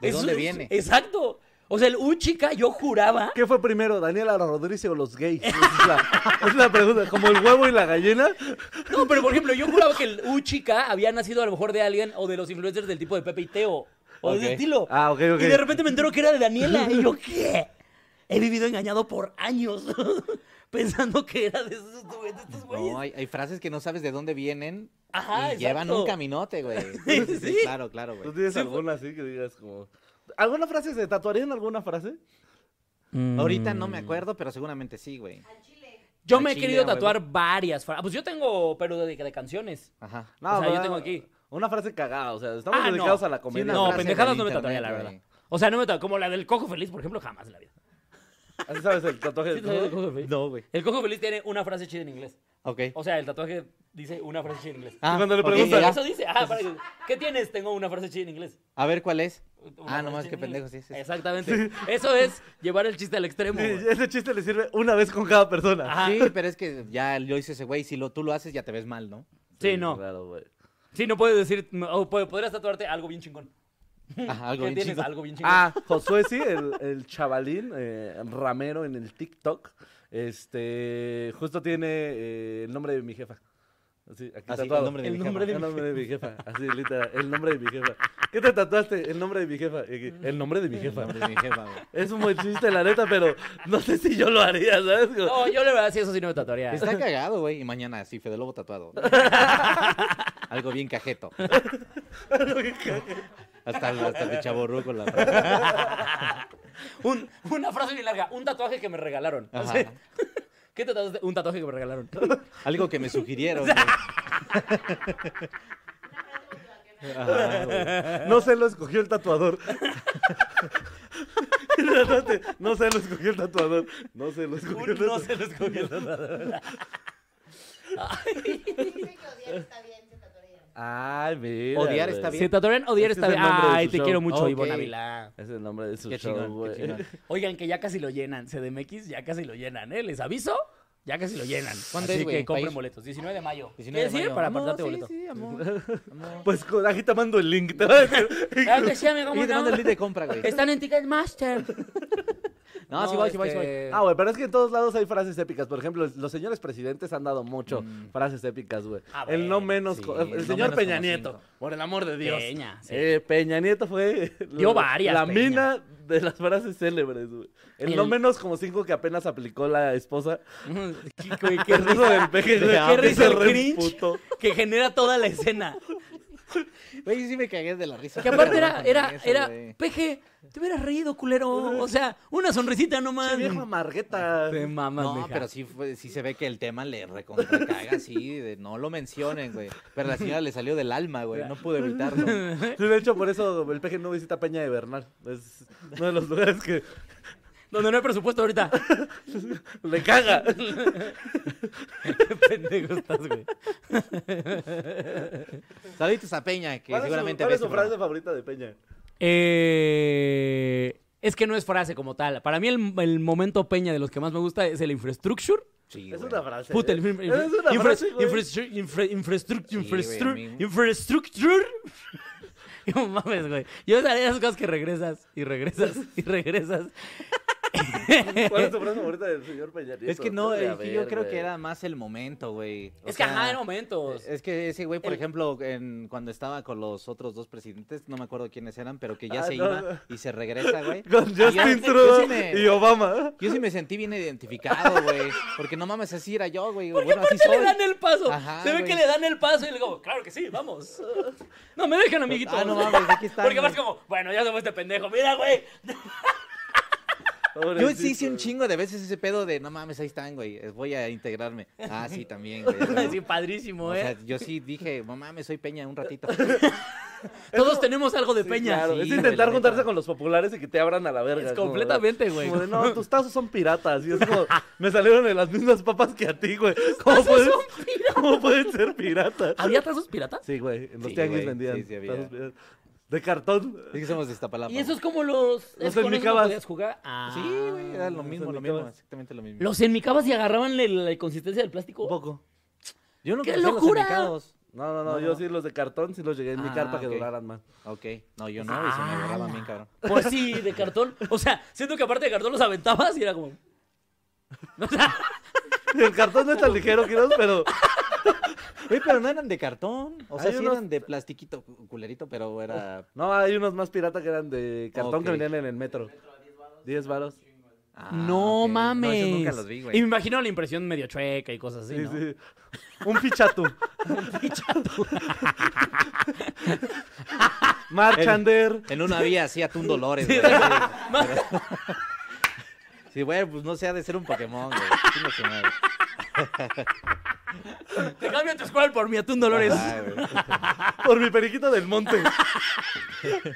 C: ¿De
B: Eso
C: dónde
B: es-
C: viene?
B: Exacto. O sea, el U chica, yo juraba.
A: ¿Qué fue primero, Daniela Rodríguez o los gays? Esa Es la, es la pregunta, como el huevo y la gallina.
B: No, pero por ejemplo, yo juraba que el U chica había nacido a lo mejor de alguien o de los influencers del tipo de Pepe y Teo. O de ese
C: Ok.
B: estilo.
A: Ah, ok, ok.
B: Y de repente me entero que era de Daniela. Y yo, ¿qué? He vivido engañado por años pensando que era de esos güeyes, de estos güeyes.
C: No, hay, hay frases que no sabes de dónde vienen
B: Ajá,
C: y
B: exacto.
C: llevan un caminote, güey.
B: Sí, sí, sí.
C: Claro, claro,
A: ¿Tú
C: güey.
A: tienes alguna así que digas como... ¿Alguna frase? ¿Se tatuarían alguna frase?
C: Ahorita no me
A: mm.
C: acuerdo, pero seguramente sí, güey.
G: Al chile.
B: Yo
C: Ah,
B: me he
C: chinga,
B: querido
C: huevo.
B: tatuar varias frases. Pues yo tengo, pero de, de canciones.
C: Ajá.
A: No,
B: O sea, yo
A: ¿verdad?
B: tengo aquí.
A: Una frase cagada, o sea, estamos
B: Ah,
A: dedicados
B: no.
A: a la comedia.
C: una
B: no,
C: frase
B: pendejadas
C: del
B: no me tatuaría, la
C: internet,
B: verdad.
C: güey.
B: O sea, no me tatuaría. Como la del cojo feliz, por ejemplo, jamás en la vida.
A: ¿Así sabes el tatuaje?
B: ¿Sí te sabes el cojo feliz?
C: No, güey.
B: El cojo feliz tiene una frase chida en inglés.
C: Ok.
B: O sea, el tatuaje dice una frase chida en inglés.
C: Ah,
A: cuando le
C: ok,
A: preguntan,
C: ya.
B: Eso dice, ah, para que- ¿qué tienes? Tengo una frase chida en inglés.
C: A ver cuál es.
B: Una
C: Ah,
B: frase
C: nomás
B: chida
C: que
B: en
C: pendejo,
B: inglés.
C: sí, sí. sí.
B: Exactamente. Eso es llevar el chiste al extremo.
A: Sí,
B: güey.
A: ese chiste le sirve una vez con cada persona.
B: Ajá.
C: Sí, pero es que ya lo hice ese güey. Si lo, tú lo haces, ya te ves mal, ¿no?
B: Sí, no.
A: Claro, güey.
B: Sí, no puedes decir, o puede- podrías tatuarte algo bien chingón.
C: Ajá, algo
B: ¿Qué
C: bien
B: tienes?
C: chico.
B: Algo bien chingón.
A: Ah, Josué sí, el, el chavalín eh, ramero en el TikTok. Este, justo tiene eh, el nombre de mi jefa. Así, aquí
C: Así, el
A: tatuado.
C: nombre de
B: El
C: mi
B: nombre
C: jefa.
A: el nombre de mi jefa, así literal, el nombre de mi jefa. ¿Qué te tatuaste? El nombre de mi jefa. Y aquí, El nombre de mi
C: El
A: jefa.
C: nombre de mi jefa, güey.
A: Es un buen chiste, la neta, pero no sé si yo lo haría, ¿sabes? Como-
B: No, yo la verdad sí, eso sí no me tatuaría.
C: Está cagado, güey. Y mañana, sí, Fede Lobo tatuado. Algo bien cajeto. hasta, hasta de chaborruco la
B: Un- una frase bien larga, un tatuaje que me regalaron.
C: Ajá.
B: Así. ¿Qué te tatuaste? Un tatuaje que me regalaron.
C: Algo que me sugirieron, güey. Ajá, güey.
A: No se lo escogió el tatuador. no se lo escogió el tatuador. No se lo escogió el
B: Un no
A: tatuador.
B: se los cogió el tatuador.
G: Dice que odiar está bien, se tatuaría.
A: Ay, mira.
C: Odiar
A: güey.
C: está bien.
B: Se tatuarían odiar
A: Este
B: está
A: es el
B: bien.
A: nombre de
B: Ay,
A: su
B: te
A: show.
B: quiero mucho,
C: Ok.
B: Ivonne Ávila.
A: Es el nombre de su
C: Qué
A: show,
C: chingón, qué
A: güey.
C: chingón.
B: Oigan, que ya casi lo llenan. CDMX, ya casi lo llenan, ¿eh? ¿Les aviso? Ya casi lo llenan.
C: ¿Cuándo
B: Así
C: es, güey?
B: que compren
C: ¿País?
B: boletos. 19 de mayo.
C: 19 de
B: ¿Quieres ir?
C: mayo.
B: Para
C: Amor,
B: apartarte
C: sí,
B: boleto.
C: sí, amor. Amor.
A: Pues co- aquí te mando el link. te va a decir.
B: Claro que sí, amigo,
C: Oye,
B: ¿cómo
C: te
B: no?
C: mando el link de compra, güey.
B: Están en Ticketmaster.
C: No, sí voy, sí voy, sí voy.
B: este,
A: Ah, güey, pero es que en todos lados hay frases épicas. Por ejemplo, los señores presidentes han dado mucho frases épicas, güey.
B: Ah,
A: el no
B: bueno,
A: menos.
C: Mm. sí,
A: co-
C: el
A: el
C: no
A: señor
C: menos
A: Peña
C: como
A: Nieto,
C: cinco.
A: por el amor de Dios.
B: Peña, sí.
A: Eh, Peña Nieto fue.
B: Dio varias,
A: La
B: Peña.
A: mina de las frases célebres, güey. El, no
B: El-
A: menos como cinco que apenas aplicó la esposa.
B: qué, güey, qué
A: El ruso
B: risa.
A: del peje, güey.
B: Qué risa el
A: Se re
B: cringe
A: emputó.
B: que genera toda la escena.
C: Güey, sí me cagué de la risa.
B: Que aparte era,
C: Con
B: era,
C: eso,
B: era,
C: güey.
B: peje, te hubieras reído, culero. O sea, una sonrisita nomás.
A: Qué vieja margueta.
B: Te mamas,
C: No,
B: mija.
C: pero sí, fue- sí se ve que el tema le recontra caga, sí, de no lo mencionen, güey. Pero a la señora le salió del alma, güey, no pude evitarlo.
A: Sí, de hecho, por eso el peje no visita Peña de Bernal. Es uno de los lugares que
B: Donde no hay presupuesto ahorita.
A: le caga.
B: Qué pendejo estás, güey.
C: Saluditos a Peña, que
A: ¿Cuál es su-
C: seguramente
A: ¿Cuál
C: ve
A: es su
C: este
A: frase favorita de Peña?
B: Eh, es que no es frase como tal. Para mí el, el momento peña de los que más me gusta es el infrastructure.
C: programa. Sí,
A: Es
C: güey.
A: una frase.
B: Puta, el
A: ¿eh?
B: infra-
A: Es una
B: infra-
A: frase, güey.
B: infrastru- infra- infraestructura,
C: Sí, güey,
B: infraestru-
C: a mí-
B: infraestructura. No mames, güey. Yo esa- esas cosas que regresas y regresas y regresas.
A: ¿Cuál es tu frase favorita del señor Peña Nieto?
C: Es que no,
A: Debe
C: es que yo
A: haber,
C: creo
A: güey.
C: que era más el momento, güey. O
B: es que ajá,
C: sea, eh,
B: en momentos.
C: Es que ese güey, por
B: El-
C: ejemplo, en- cuando estaba con los otros dos presidentes, no me acuerdo quiénes eran, pero que ya
A: Ah,
C: se
A: no,
C: iba
A: no.
C: y se regresa, güey.
A: Con
C: Y yo-
A: Justin
C: Ah, yo
A: Trudeau
C: sí me-
A: y Obama.
C: Yo sí me sentí bien identificado, güey. Porque no mames, así era yo, güey.
B: Porque
C: Bueno, así
B: aparte
C: soy.
B: le dan el paso.
C: Ajá,
B: Se ve
C: güey.
B: que le dan el paso y le digo, claro que sí, vamos. No me dejan, amiguito.
C: Ah, no mames, aquí están,
B: Porque vas
C: güey.
B: como, bueno, ya somos este pendejo. Mira, güey.
C: Yo
A: Pobrecito,
C: sí hice un
A: güey.
C: chingo de veces ese pedo de, no mames, ahí están, güey. eh, Voy a integrarme. Ah, sí, también, güey.
B: Sí, padrísimo,
C: O
B: eh.
C: sea, yo sí dije, no mames, soy Peña un ratito.
B: Todos tenemos algo de
A: Sí,
B: peña.
A: claro,
C: sí,
A: es
C: güey,
A: intentar
C: la
A: juntarse
C: neta.
A: con los populares y que te abran a la verga.
B: Es
A: como de-
B: completamente, güey.
A: como de, no, tus tazos son piratas. Y es como, me salieron de las mismas papas que a ti, güey. ¿Cómo pueden, ¿Cómo pueden ser piratas?
B: ¿Había tazos piratas?
A: Sí, güey. En los
C: Ah, Sí,
A: tianguis
C: güey,
A: vendían.
C: sí, sí había.
A: tazos piratas. De cartón.
C: Es que somos de Iztapalapa.
B: ¿Y esos cómo los.?
A: Los
B: es con esos
A: enmicabas.
B: no podías jugar? Ah.
C: güey. Sí, güey, era lo mismo,
A: son
C: lo
A: de
C: mismo,
A: todas.
C: exactamente lo mismo.
B: ¿Los enmicabas y agarraban el- la consistencia del plástico?
C: Un poco. Yo no
B: ¡Qué
C: conocía los
B: locura!
C: amicados.
A: No, no, no,
C: No,
A: yo
C: no.
A: sí los de cartón sí los llegué en mi
C: Ah,
A: carpa que
C: ok.
A: duraran más.
C: Ok, no, yo no, y se me agarraba a mí, cabrón.
B: Pues sí, de cartón. O sea, siento que aparte de cartón los aventabas y era como. O sea,
A: El cartón no es tan ligero, Kiros, pero
C: Güey, pero no eran de cartón. O sea,
A: Hay
C: sí
A: unos-
C: eran de plastiquito cu- culerito, pero era.
A: no, hay unos más pirata que eran de cartón que
C: Ok.
A: venían en el metro. 10 varos.
C: Ah,
B: no
C: ok.
B: mames.
C: No, esos nunca los vi, güey.
B: Y me imagino la impresión medio chueca y cosas así.
A: Sí,
B: ¿no?
A: sí. Un pichatu. Marchander.
C: En una vía así atún dolores, güey. Sí, güey, pues no se ha de ser un Pokémon, güey. Chinga su madre.
B: Te cambio tu escuela por mi atún Dolores.
C: Ay, Ah, güey.
A: Por mi periquito del monte.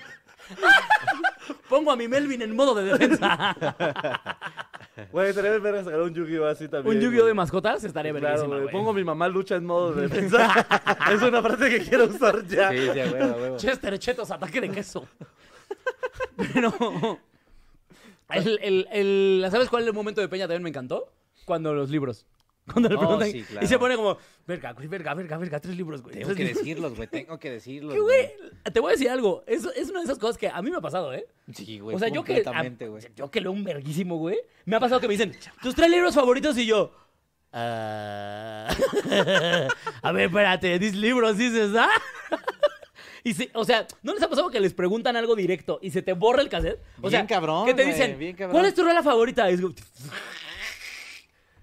B: Pongo a mi Melvin en modo de defensa.
A: Güey, estaría bien verga sacar un Yu-Gi-Oh así también.
B: Un Yu-Gi-Oh de
A: güey. Pues
B: mascotas estaría
A: Claro,
B: verguísima,
A: güey.
B: güey.
A: Pongo mi mamá lucha en modo de defensa. es una frase que quiero usar ya.
C: Sí, sí, a huevo, a huevo.
B: Chester Chetos, ataque de queso. Pero... El, el, el- ¿Sabes cuál es el momento de Peña también me encantó? Cuando los libros. Cuando le
C: Oh,
B: preguntan
C: sí,
B: y se
C: claro.
B: pone como, verga, güey, verga, verga, verga, tres libros, güey.
C: Tengo
B: Tres
C: que
B: libros".
C: decirlos, güey. Tengo que decirlos.
B: Que, güey, te voy a decir algo. Es, es una de esas cosas que a mí me ha pasado, ¿eh?
C: Sí, güey.
B: o sea, yo que, a-
C: completamente, güey.
B: yo que leo un verguísimo, güey. Me ha pasado que me dicen, tus tres libros favoritos y yo. "Ah". a ver, espérate, ¿dis libros dices, ah? y si- o sea, ¿no les ha pasado que les preguntan algo directo y se te borra el cassette? O
C: Bien
B: sea,
C: cabrón,
B: que te
C: güey,
B: dicen,
C: bien cabrón.
B: ¿cuál es tu rola favorita? Y, es como-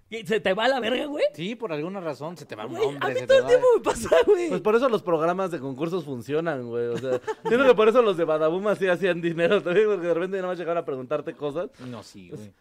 B: y se te va a la verga, güey.
C: Sí, por alguna razón se te va un
B: Güey, a
C: nombre.
B: mí
C: se te
B: todo el
C: va-
B: tiempo me pasa, güey.
A: Pues por eso los programas de concursos funcionan, güey. O sea, siento que por eso los de Badabum así hacían dinero también, porque de repente nada más llegaban a preguntarte cosas.
C: No, sí, güey.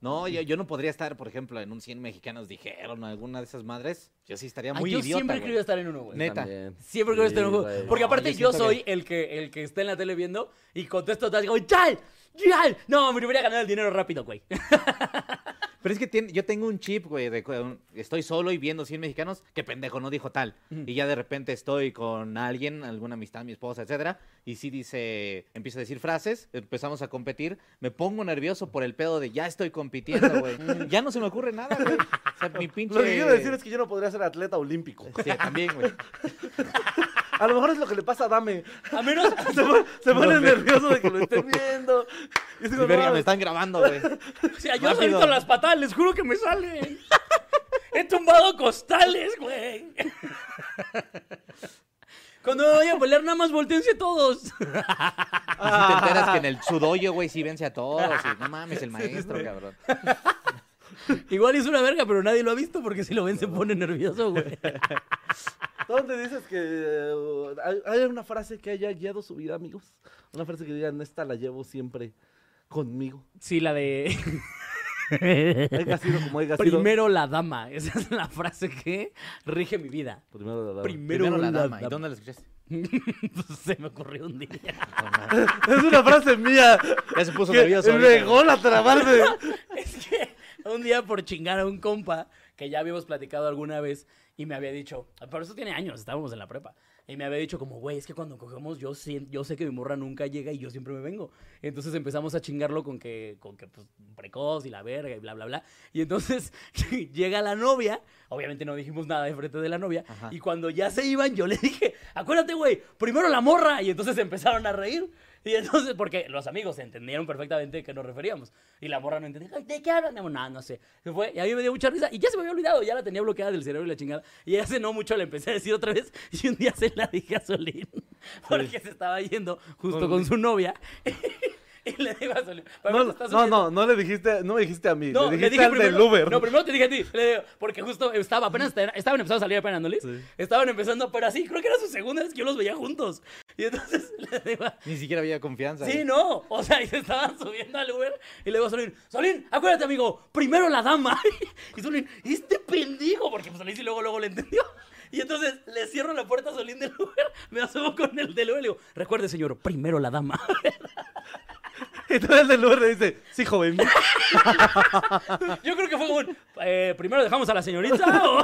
C: No, yo, yo no podría estar, por ejemplo, en un 100 mexicanos dijeron alguna de esas madres. Yo sí estaría
B: Ay,
C: muy
B: yo
C: idiota,
B: siempre he
C: güey.
B: querido estar en uno, güey.
C: Neta.
A: También.
B: Siempre este creo que estoy en
A: Sí,
B: un juego.
A: güey.
B: Porque
C: No,
B: aparte
C: yo
B: yo,
C: siento
B: soy el que el que está en la tele viendo y contesto atrás como ¡Chal! ¡Chal! No, me hubiera ganado el dinero rápido, güey.
C: Pero es que tiene- yo tengo un chip, güey, de cu- un- estoy solo y viendo 100 mexicanos, que pendejo, no dijo tal. Y ya de repente estoy con alguien, alguna amistad, mi esposa, etcétera, y sí dice, empieza a decir frases, empezamos a competir, me pongo nervioso por el pedo de ya estoy compitiendo, güey. ya no se me ocurre nada, güey. O sea, mi pinche...
A: Lo que quiero decir es que yo no podría ser atleta olímpico.
C: Sí, también, güey.
A: A lo mejor es lo que le pasa a Dame.
B: A menos
A: Se, pon- se pone nervioso de que lo estén viendo. Y es como,
C: Verga,
A: no,
C: me están grabando, güey.
B: o sea, yo
C: Rápido.
B: solito las patadas, les juro que me salen. He tumbado costales, güey. Cuando me vayan a pelear, nada más volteense todos.
C: Y Pues si te enteras que en el sudoyo, güey, sí vence a todos. y no mames, el maestro, cabrón.
B: Igual es una verga, pero nadie lo ha visto porque si lo ven se pone nervioso, güey.
A: ¿Dónde dices que eh, hay, hay una frase que haya guiado su vida, amigos? Una frase que digan, esta la llevo siempre conmigo.
B: Sí, la de.
A: Haya sido como haya sido.
B: Primero la dama. Esa es la frase que rige mi vida.
A: Primero la dama.
B: Primero,
C: Primero la dama. ¿Y dónde la escuchaste?
B: Pues, se me ocurrió un día.
A: Es una frase mía.
C: Ya se puso
A: Que
C: nervioso. ahorita, güey.
A: llegó la trabarse.
B: es que un día por chingar a un compa que ya habíamos platicado alguna vez y me había dicho, pero eso tiene años, estábamos en la prepa. Y me había dicho como, güey, es que cuando cogemos yo, sien- yo sé que mi morra nunca llega y yo siempre me vengo. Entonces empezamos a chingarlo con que, con que pues, precoz y la verga y bla, bla, bla. Y entonces llega la novia, obviamente no dijimos nada de frente de la novia, y cuando ya se iban yo le dije, acuérdate, güey, primero la morra. Y entonces empezaron a reír. Y entonces, porque los amigos entendieron perfectamente a qué nos referíamos. Y la morra no entendía. "Ay, ¿De qué hablan? No, no, no sé. Se fue. Y a mí me dio mucha risa. Y ya se me había olvidado. Ya la tenía bloqueada del cerebro y la chingada. Y hace no mucho la empecé a decir otra vez. Y un día se la dije a Solín. Porque se estaba yendo justo con su novia. y le digo a Solín. "Pablo,
A: No,
B: te estás
A: no, no,
B: subiendo".
A: no le dijiste, no me dijiste a mí, le
B: No, le
A: dijiste
B: dije
A: al
B: primero,
A: del Uber.
B: No, primero te dije a ti. le digo, porque justo estaba, apenas estaban empezando a salir apenas, ¿no, Liz? Estaban empezando, pero así, creo que era su segunda vez que yo los veía juntos. Y entonces le digo, a-
C: Ni siquiera había confianza.
B: Sí,
C: güey.
B: no. O sea, y se estaban subiendo al Uber y le digo a Solín, Solín, acuérdate, amigo, primero la dama. Y Solín, este pendejo, porque pues Solín sí luego, luego le entendió. Y entonces le cierro la puerta a Solín del Uber, me asomo con el del Uber y le digo, recuerde, señor, primero la dama.
A: Entonces el del Uber le dice, sí, joven.
B: Yo creo que fue como, un, "Eh, primero dejamos a la señorita o...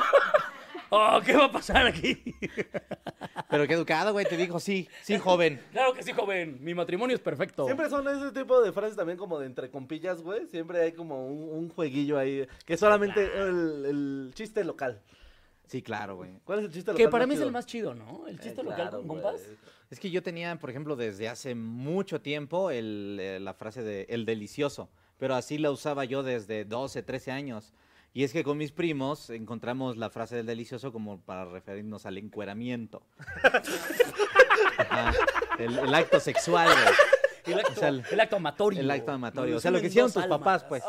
B: o ¿qué va a pasar aquí?
C: Pero qué educado, güey. Te dijo sí, sí, joven.
B: Claro que sí, joven, mi matrimonio es perfecto.
A: Siempre son ese tipo de frases también como de entre compillas, güey. Siempre hay como un, un jueguillo ahí, que solamente el, el chiste local.
C: Sí, claro, güey.
A: ¿Cuál es el chiste local?
B: Que para mí es
A: chido?
B: el más chido, ¿no? El chiste
A: Eh,
B: local
A: claro,
B: con
A: güey.
B: compas.
C: Es que yo tenía, por ejemplo, desde hace mucho tiempo el, eh, la frase de el delicioso, pero así la usaba yo desde 12, 13 años. Y es que con mis primos encontramos la frase del delicioso como para referirnos al encueramiento. Ajá, el, el acto sexual, güey,
B: El acto,
C: O sea, el-
B: el acto amatorio.
C: el acto amatorio.
B: Nos
C: O sea, lo que
B: unen
C: hicieron
B: dos
C: tus
B: almas.
C: papás, pues.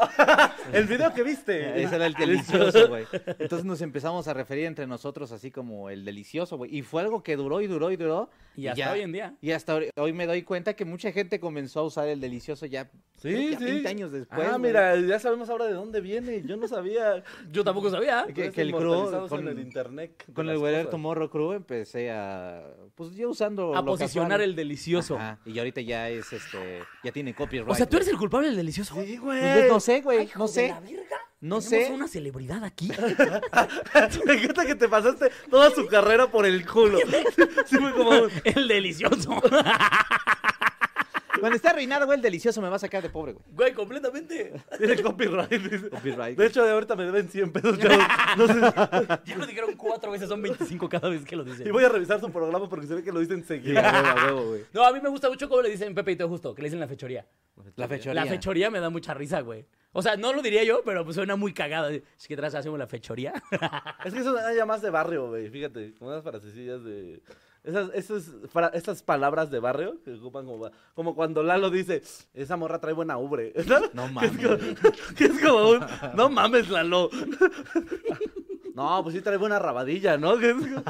A: El video que viste.
C: Ese era el delicioso, güey. Entonces nos empezamos a referir entre nosotros así como el delicioso, güey. Y fue algo que duró y duró y duró.
B: Y hasta hoy en día.
C: Y hasta hoy- hoy me doy cuenta que mucha gente comenzó a usar el delicioso ya, creo
A: Sí,
C: que
A: sí.
C: 20 años después.
A: Ah,
C: güey.
A: mira, ya sabemos ahora de dónde viene. Yo no sabía.
B: Yo tampoco sabía.
C: Que-
B: ¿eh?
A: Pues,
C: que el crew
A: inmortalizados
C: con-
A: en el internet. de
C: Con
A: las
C: el Werder
A: cosas.
C: Tomorrow Crew empecé a... Pues yo usando...
B: A
C: lo
B: posicionar
C: casual.
B: el delicioso.
C: Ajá, Y ahorita ya es este... este, ya tiene copyright.
B: O sea, ¿tú eres
C: güey.
B: el culpable del delicioso?
A: Sí, güey.
C: Pues, no sé, güey,
B: Ay, hijo
C: no
B: de
C: sé,
B: la verga.
C: no
B: ¿Tenemos
C: sé.
B: una celebridad aquí?
A: Me encanta que te pasaste toda su carrera por el culo. Sí, fue como. un-
B: el delicioso.
C: Cuando esté arruinado, güey, el delicioso me va a sacar de pobre, güey.
B: Güey, completamente.
A: Tiene copyright. dice.
C: Copyright.
A: De hecho, de ahorita me deben 100 pesos, chavos. No sé.
B: Ya lo dijeron cuatro veces, son 25 cada vez que lo
A: Y
B: dicen.
A: voy a revisar su programa porque se ve que lo dicen seguido.
B: No, a mí me gusta mucho cómo le dicen Pepe y Teo Justo, que le dicen la fechoría.
C: La fechoría.
B: La fechoría me da mucha risa, güey. O sea, no lo diría yo, pero pues suena muy cagada. Es que tras hacemos la fechoría.
A: Es que eso nada ya más de barrio, güey. Fíjate, como unas frasecillas de. Esas, esas, fra- esas palabras de barrio que ocupan como, ba- como cuando Lalo dice, esa morra trae buena ubre. ¿no?
C: No
A: Que es
C: mames.
A: como- que es como un, no mames, Lalo. No, pues sí trae buena rabadilla, ¿no? Que es como-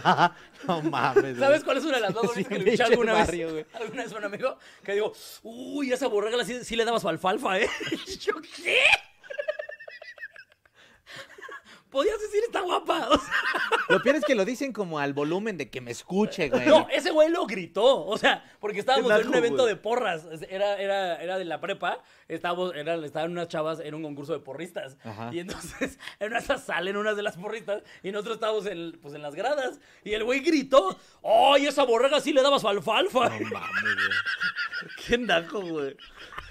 C: No mames.
B: ¿Sabes cuál es una de las dos bonitas
C: Sí,
B: que le escuché
C: pinche
B: alguna vez?
C: barrio, güey.
B: Alguna vez a un amigo que digo, uy, esa borrega sí, sí le daba su alfalfa, ¿eh? Y yo, ¿qué? Podías decir, está guapa. O sea,
C: Lo peor es que lo dicen como al volumen de que me escuche, güey.
B: No, eh. ese güey lo gritó. O sea, porque estábamos en
A: naco,
B: un evento
A: güey.
B: de porras. Era, era, era de la prepa. Estábamos, era- estaban unas chavas en un concurso de porristas.
C: Ajá.
B: Y entonces, en una de esas salen unas de las porristas. Y nosotros estábamos en, pues, en las gradas. Y el güey gritó: ¡Ay, esa borrega sí le daba su alfalfa!
C: No mames, güey.
A: Qué naco, güey.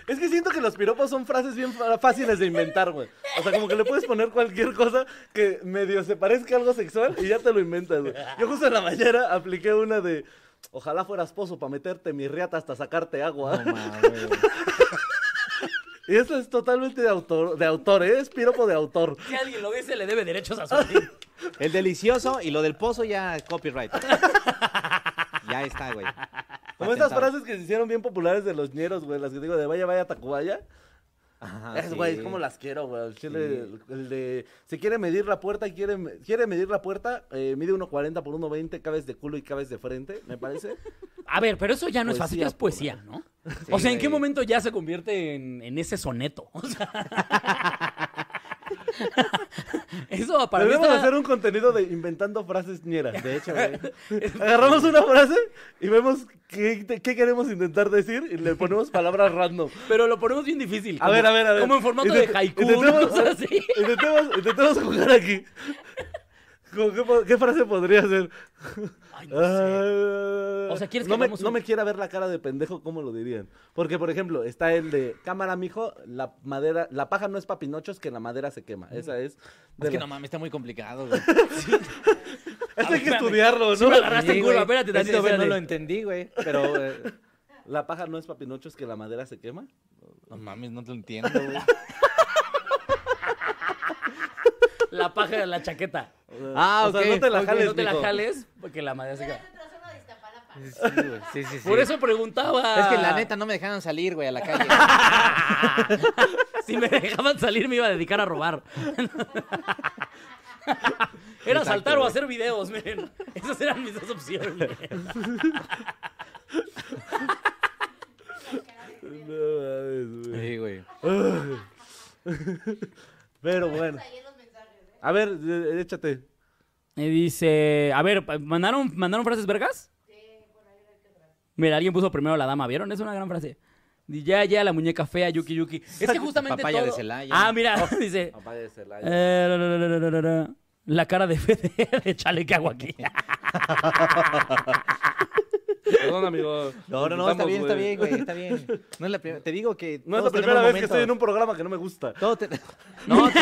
A: Es que siento que los piropos son frases bien fa- fáciles de inventar, güey. O sea, como que le puedes poner cualquier cosa que medio se parezca a algo sexual y ya te lo inventas, güey. Yo justo en la mañana apliqué una de. Ojalá fueras pozo para meterte mi riata hasta sacarte agua.
C: No mames. güey.
A: Y eso es totalmente de autor, de autor, ¿eh? es piropo de autor.
B: Si alguien lo dice, le debe derechos a su
C: El delicioso y lo del pozo ya copyright. Ya está, güey.
A: Como estas
C: Patentado.
A: frases que se hicieron bien populares de los ñeros, güey, las que digo de vaya, vaya, Tacubaya.
B: Ah,
C: Ajá,
A: Es, güey,
C: sí.
A: como las quiero, güey. El chile, el, el de. Si quiere medir la puerta, quiere, me- quiere medir la puerta, eh, mide 1.40 por 1.20, cabes de culo y cabes de frente, me parece.
B: A ver, pero eso ya no es
A: Poesía
B: fácil, ya es
A: pura.
B: poesía, ¿no? o sea, ¿en qué
C: güey.
B: momento ya se convierte en, en ese soneto? O sea, eso para mí
A: Debemos
B: está-
A: hacer un contenido de inventando frases ñeras.
C: De hecho, güey.
A: Agarramos una frase y vemos qué, de- qué queremos intentar decir y le ponemos palabras random.
B: Pero lo ponemos bien difícil.
A: A ver, a ver, a ver.
B: Como en formato
A: Intent-
B: de haiku,
A: intentemos-
B: una cosa así.
A: Intentemos, intentemos jugar aquí. Como, ¿Qué, po- qué frase podría ser?
B: Ay, no
A: Ah,
B: sé.
A: O
B: O sea, ¿quieres que
A: no me,
B: hagamos
A: no
B: un-
A: me quiera ver la cara de pendejo, ¿cómo lo dirían? Porque, por ejemplo, está el de cámara, mijo, la madera, la paja no es pa' pinochos, que la madera se quema. Esa es. de
C: Es que
A: la-
C: no mames, está muy complicado, güey.
A: Esa hay que
B: Espérame.
A: estudiarlo, ¿no?
B: Sí me agarraste en
C: Sí,
B: curva,
C: güey.
B: espérate
C: Ese-
B: tantito,
C: ese
B: espérate.
C: no lo entendí, güey. Pero, eh,
A: La paja no es pa' pinochos, que la madera se quema.
C: no mames, no te lo entiendo, güey.
B: La paja de la chaqueta.
A: O sea,
C: Ah,
A: o sea,
C: ok,
A: no te la
C: ok.
A: jales,
B: no te la
A: mijo.
B: jales porque la madre se
G: Pero es
B: cae.
G: de trasero de Iztapalapa.
C: Sí, güey. Sí, sí, sí.
B: Por eso preguntaba.
C: Es que la neta no me dejaron salir, güey, a la calle.
B: Si me dejaban salir, me iba a dedicar a robar. Era saltar o
C: güey.
B: hacer videos, miren. Esas eran mis dos opciones.
A: No mames, güey.
C: Sí, güey.
A: Pero bueno.
G: Ahí en los mensajes, ¿eh?
A: A ver, eh, échate.
B: Me dice, a ver, pa- ¿mandaron, ¿mandaron frases vergas? Mira, alguien puso primero la dama, ¿vieron? Es una gran frase. Di, Ya, ya, la muñeca fea, Yuki, Yuki. Es que justamente
C: Papaya de
B: todo-
C: Celaya.
B: Ah, mira, dice... eh, la, la, la, la, la, la, la. La cara de Fede, échale que hago aquí.
A: Perdón, amigo.
C: No, no, no, está bien, está bien, güey, está bien. No es la primera. Te digo que.
A: No es la
C: todos
A: primera
C: tenemos
A: vez que estoy en un
C: momentos.
A: programa que no me gusta.
C: Todo te- No, te-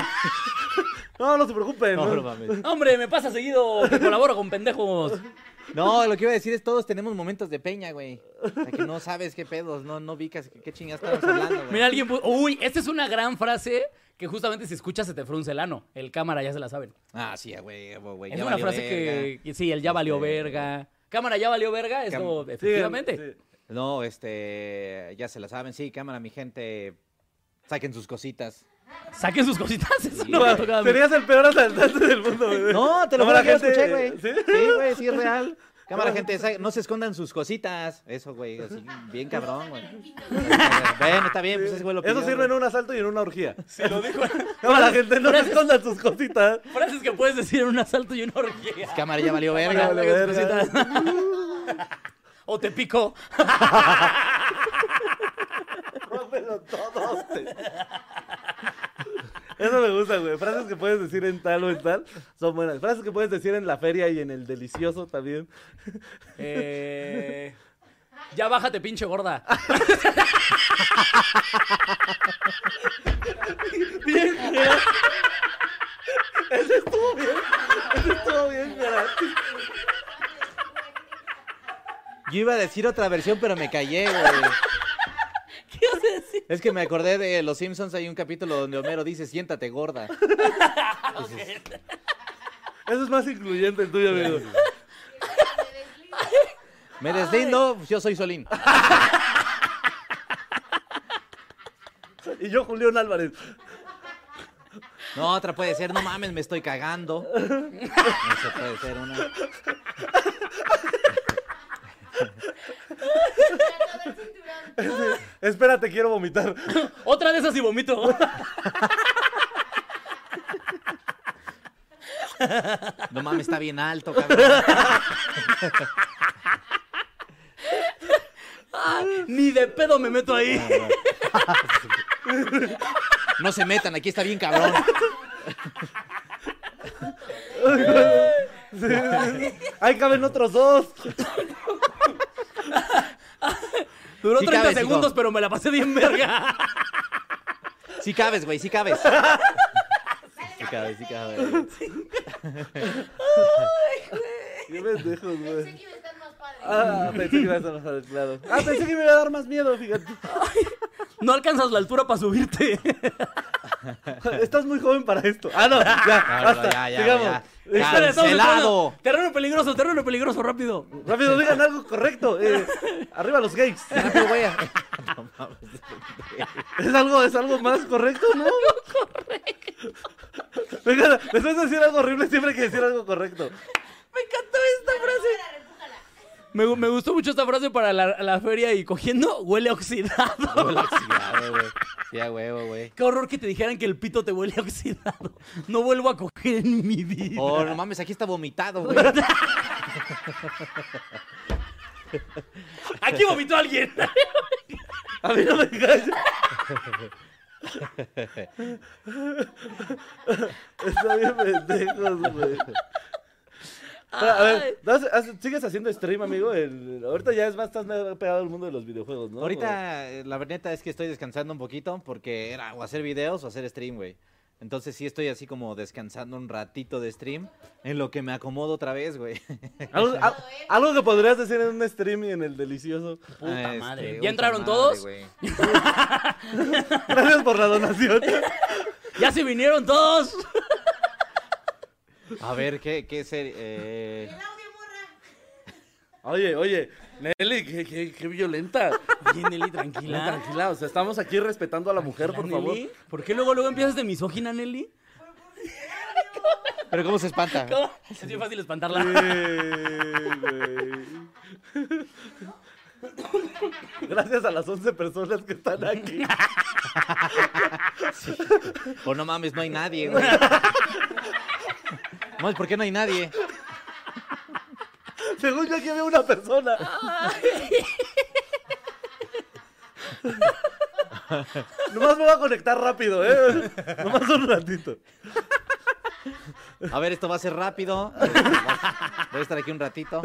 A: No, no se preocupen.
C: no,
A: No,
C: no mames.
B: Hombre, me pasa seguido que colaboro con pendejos.
C: No, lo que iba a decir es todos tenemos momentos de peña, güey. O sea, que no sabes qué pedos, no, no vicas, qué chingas estamos hablando, güey.
B: Mira, alguien puso... Uy, esta es una gran frase que justamente si escuchas se te frunce el ano. El cámara ya se la saben.
C: Ah, sí, güey, güey.
B: Es
C: ya
B: una
C: valió
B: frase que,
C: verga.
B: que sí, el ya valió
C: Este,
B: verga. Cámara ya valió verga, eso
A: Sí,
B: efectivamente.
A: sí.
C: No, este. Ya se la saben, sí, cámara, mi gente. Saquen sus cositas.
B: Saquen sus cositas, eso
C: Sí,
B: no me ha tocado a mí.
A: Serías el peor asaltante del mundo, güey.
C: No, te lo
A: Cámara,
C: juro que yo lo
A: gente,
C: escuché, güey.
A: ¿sí?
C: Sí, güey, sí es real. Cámara, gente, sa- no se escondan sus cositas. Eso, güey, así, bien cabrón, güey. Bueno, está bien, pues ese güey lo pidió,
A: Eso sirve
C: güey.
A: en un asalto y en una orgía. Sí, lo dijo. No, la gente no se escondan sus cositas.
B: Frases que puedes decir en un asalto y una orgía.
C: Pues, Cámara ya valió
B: Cámara,
C: verga.
A: vale,
B: saquen sus
A: verga.
B: cositas. O te pico.
A: dámelo todo. te- Eso me gusta, güey. Frases que puedes decir en tal o en tal son buenas. Frases que puedes decir en la feria y en el delicioso también.
B: Eh, Ya bájate, pinche gorda.
A: Todo bien, Gerard.
C: Yo iba a decir otra versión, pero me callé, güey.
B: ¿Qué vas a decir?
C: Es que me acordé de Los Simpsons, hay un capítulo donde Homero dice, siéntate gorda.
A: Eso es más incluyente el tuyo, amigo.
C: Me deslindo, yo soy Solín.
A: Y yo, Julián Álvarez.
C: No, otra puede ser, no mames, me estoy cagando. Eso puede ser una.
A: Espérate, quiero vomitar.
B: Otra de esas y vomito.
C: No mames, está bien alto, cabrón.
B: Ni de pedo me meto ahí.
C: No se metan, aquí está bien cabrón.
A: Sí, sí, sí. Ahí caben otros dos.
B: Duró
C: Sí
B: 30
C: cabes, hijo.
B: segundos, pero me la pasé bien verga.
C: Sí cabes, güey, sí cabes. Sí cabes, sí cabes.
A: Qué pendejos, güey.
G: Pensé que iba a estar más padre.
A: Ah, pensé que iba a estar más claro. Ah, pensé que me iba a dar más miedo, fíjate.
B: No alcanzas la altura para subirte.
A: Estás muy joven para esto. Ah, no, ya,
C: No, no,
A: basta.
C: ya, ya,
A: sigamos. Este,
C: ya.
B: Espera, estamos en
C: Cancelado.
B: plano. Terreno peligroso, terreno peligroso, rápido.
A: Rápido, digan algo correcto. Eh, arriba los gays.
C: Rápido, güey. No mames.
A: Es algo, es algo más correcto, ¿no? correcto. Venga, después de decir algo horrible, siempre hay que decir algo correcto.
B: Me encantó esta frase.
G: Repújala, repújala.
B: Me, gu- me gustó mucho esta frase para la, la feria y cogiendo huele a oxidado.
C: Huele a oxidado, güey. Sí, a huevo, güey.
B: Qué horror que te dijeran que el pito te huele a oxidado. No vuelvo a coger en mi vida.
C: Oh, no mames, aquí está vomitado, güey.
B: Aquí vomitó alguien.
A: A mí no me engañes. Está bien pendejos, güey. Pero, a ver, ¿das- has- ¿sigues haciendo stream, amigo? El- ahorita ya es más, estás más pegado al mundo de los videojuegos, ¿no?
C: Ahorita, eh, la verdad es que estoy descansando un poquito porque era o hacer videos o hacer stream, güey. Entonces sí estoy así como descansando un ratito de stream en lo que me acomodo otra vez, güey.
A: Algo, al- algo que podrías decir en un stream y en el delicioso.
B: Puta madre. ¿Ya
C: Este, puta
B: entraron
C: madre,
B: todos?
C: güey.
A: Gracias por la donación.
B: Ya se vinieron todos.
C: A ver, ¿qué, qué serie? Eh,
G: El audio, morra.
A: Oye, oye, Nelly, qué, qué- qué violenta.
B: Bien, Nelly, tranquila.
A: Tranquila, o sea, estamos aquí respetando a la mujer, por
B: Tranquila,
A: favor.
B: Nelly. ¿Por qué luego, luego empiezas de misógina, Nelly?
C: ¿Pero cómo se espanta?
B: ¿Cómo? Es bien fácil espantarla.
A: Eh, güey. Gracias a las 11 personas que están aquí.
C: O no mames, no hay nadie, güey. Mames, ¿por qué no hay nadie?
A: Según yo aquí había una persona. Nomás me va a conectar rápido, ¿eh? Nomás un ratito.
C: A ver, esto va a ser rápido. Voy a estar aquí un ratito.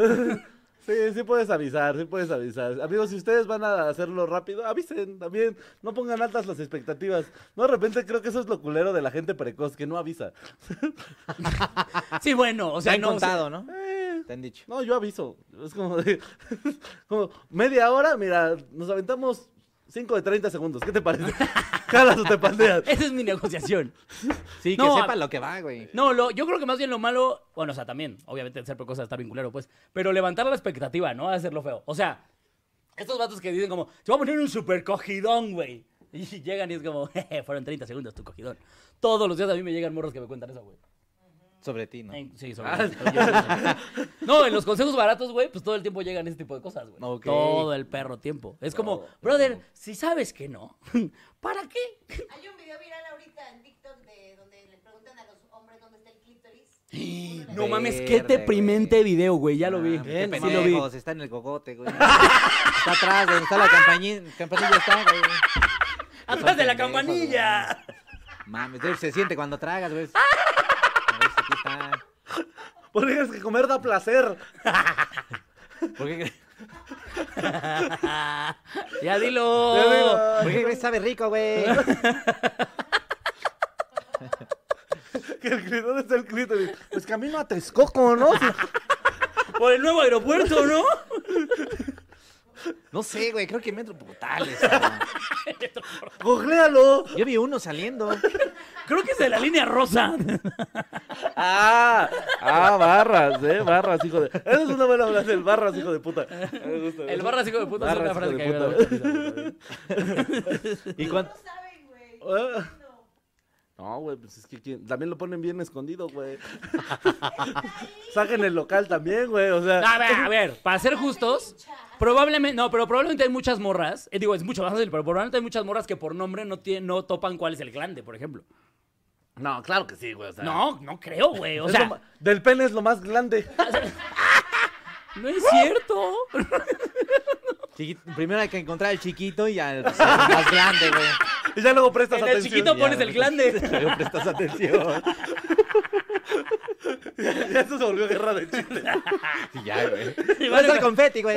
A: Sí, sí puedes avisar, sí puedes avisar. Amigos, si ustedes van a hacerlo rápido, avisen también. No pongan altas las expectativas. No, de repente creo que eso es lo culero de la gente precoz, que no avisa.
B: Sí, bueno, o
C: Te
B: sea,
C: han
B: no. o sea,
C: contado, ¿no?
A: Eh,
C: Te han dicho.
A: No, yo aviso. Es como de. Como media hora, mira, nos aventamos 5 de 30 segundos. ¿Qué te parece? Jalas o te pandeas.
B: Esa es mi negociación.
C: Sí, que
B: No, a-
C: sepa lo que va, güey.
B: No, lo- yo creo que más bien lo malo, bueno, o sea, también, obviamente, ser precoz estar vinculero, pues, pero levantar la expectativa, ¿no? Hacerlo feo. O sea, estos vatos que dicen como, te voy a poner un super cogidón, güey. Y llegan y es como, jeje, fueron 30 segundos tu cogidón. Todos los días a mí me llegan morros que me cuentan eso, güey.
C: Sobre ti, ¿no? Ah,
B: En- Sí, sobre yo- No, en los consejos baratos, güey, pues todo el tiempo llegan ese tipo de cosas, güey.
C: Ok.
B: Todo el perro tiempo. Es como, brother, si sabes que no, ¿para qué?
G: Hay un video viral ahorita en TikTok de donde le preguntan a los hombres dónde está el clítoris. Uno de
B: No
G: los-
B: mames, qué
C: Verde,
B: deprimente
C: güey.
B: video, güey, ya lo vi.
C: Ah, qué
B: Sí lo vi.
C: pendejos, Está en el cogote, güey. Está atrás, donde está la campañi- campanilla. está, güey.
B: ¡Atrás de la
C: pendejos,
B: campanilla!
C: güey. Mames, güey, se siente cuando tragas, güey. A ver, aquí está.
A: Porque es que comer da placer.
C: ¿Por qué, cre-
B: ¡Ya dilo!
A: Ya dilo.
C: por qué crees que sabe rico, güey?
A: Que el clítoris- ¿Dónde está el clítoris? Pues camino a Texcoco, ¿no? Sí.
B: Por el nuevo aeropuerto, ¿no?
C: No sé, güey, creo que Metro Portales. cabrón.
A: ¡Googlealo!
C: Yo vi uno saliendo.
B: Creo que es de la línea rosa.
A: ¡Ah! ¡Ah, barras, eh! Barras, hijo de... Esa es una buena frase, el barras, hijo de puta.
B: El barra hijo de puta es
A: Barras,
B: una frase
A: hijo
B: que
A: de
B: me da
A: puta.
B: mucha risa.
C: ¿Y cuánto?
G: No saben, güey.
B: Oh,
A: Ah.
G: No.
A: No, güey, pues es que ¿quién? también lo ponen bien escondido, güey. Saquen el local también, güey, o sea...
B: A ver, a ver, para ser justos, probablemente, no, pero probablemente hay muchas morras, eh, digo, es mucho más fácil, pero probablemente hay muchas morras que por nombre no, tienen, no topan cuál es el glande, por ejemplo.
A: No, claro que sí, güey, o sea...
B: No, no creo, güey, o
A: Ah. Es lo ma-
B: sea,
A: Del pene es lo más grande.
B: no es cierto.
C: Chiqui- Primero hay que encontrar al chiquito y al al más grande, güey.
A: Y ya luego prestas
B: En el
A: atención.
B: chiquito pones el glande.
C: Luego prestas atención.
A: Ya esto se volvió guerra de chistes.
C: Sí, ya, güey.
B: Y
C: Va a
B: vale,
C: estar confeti, güey.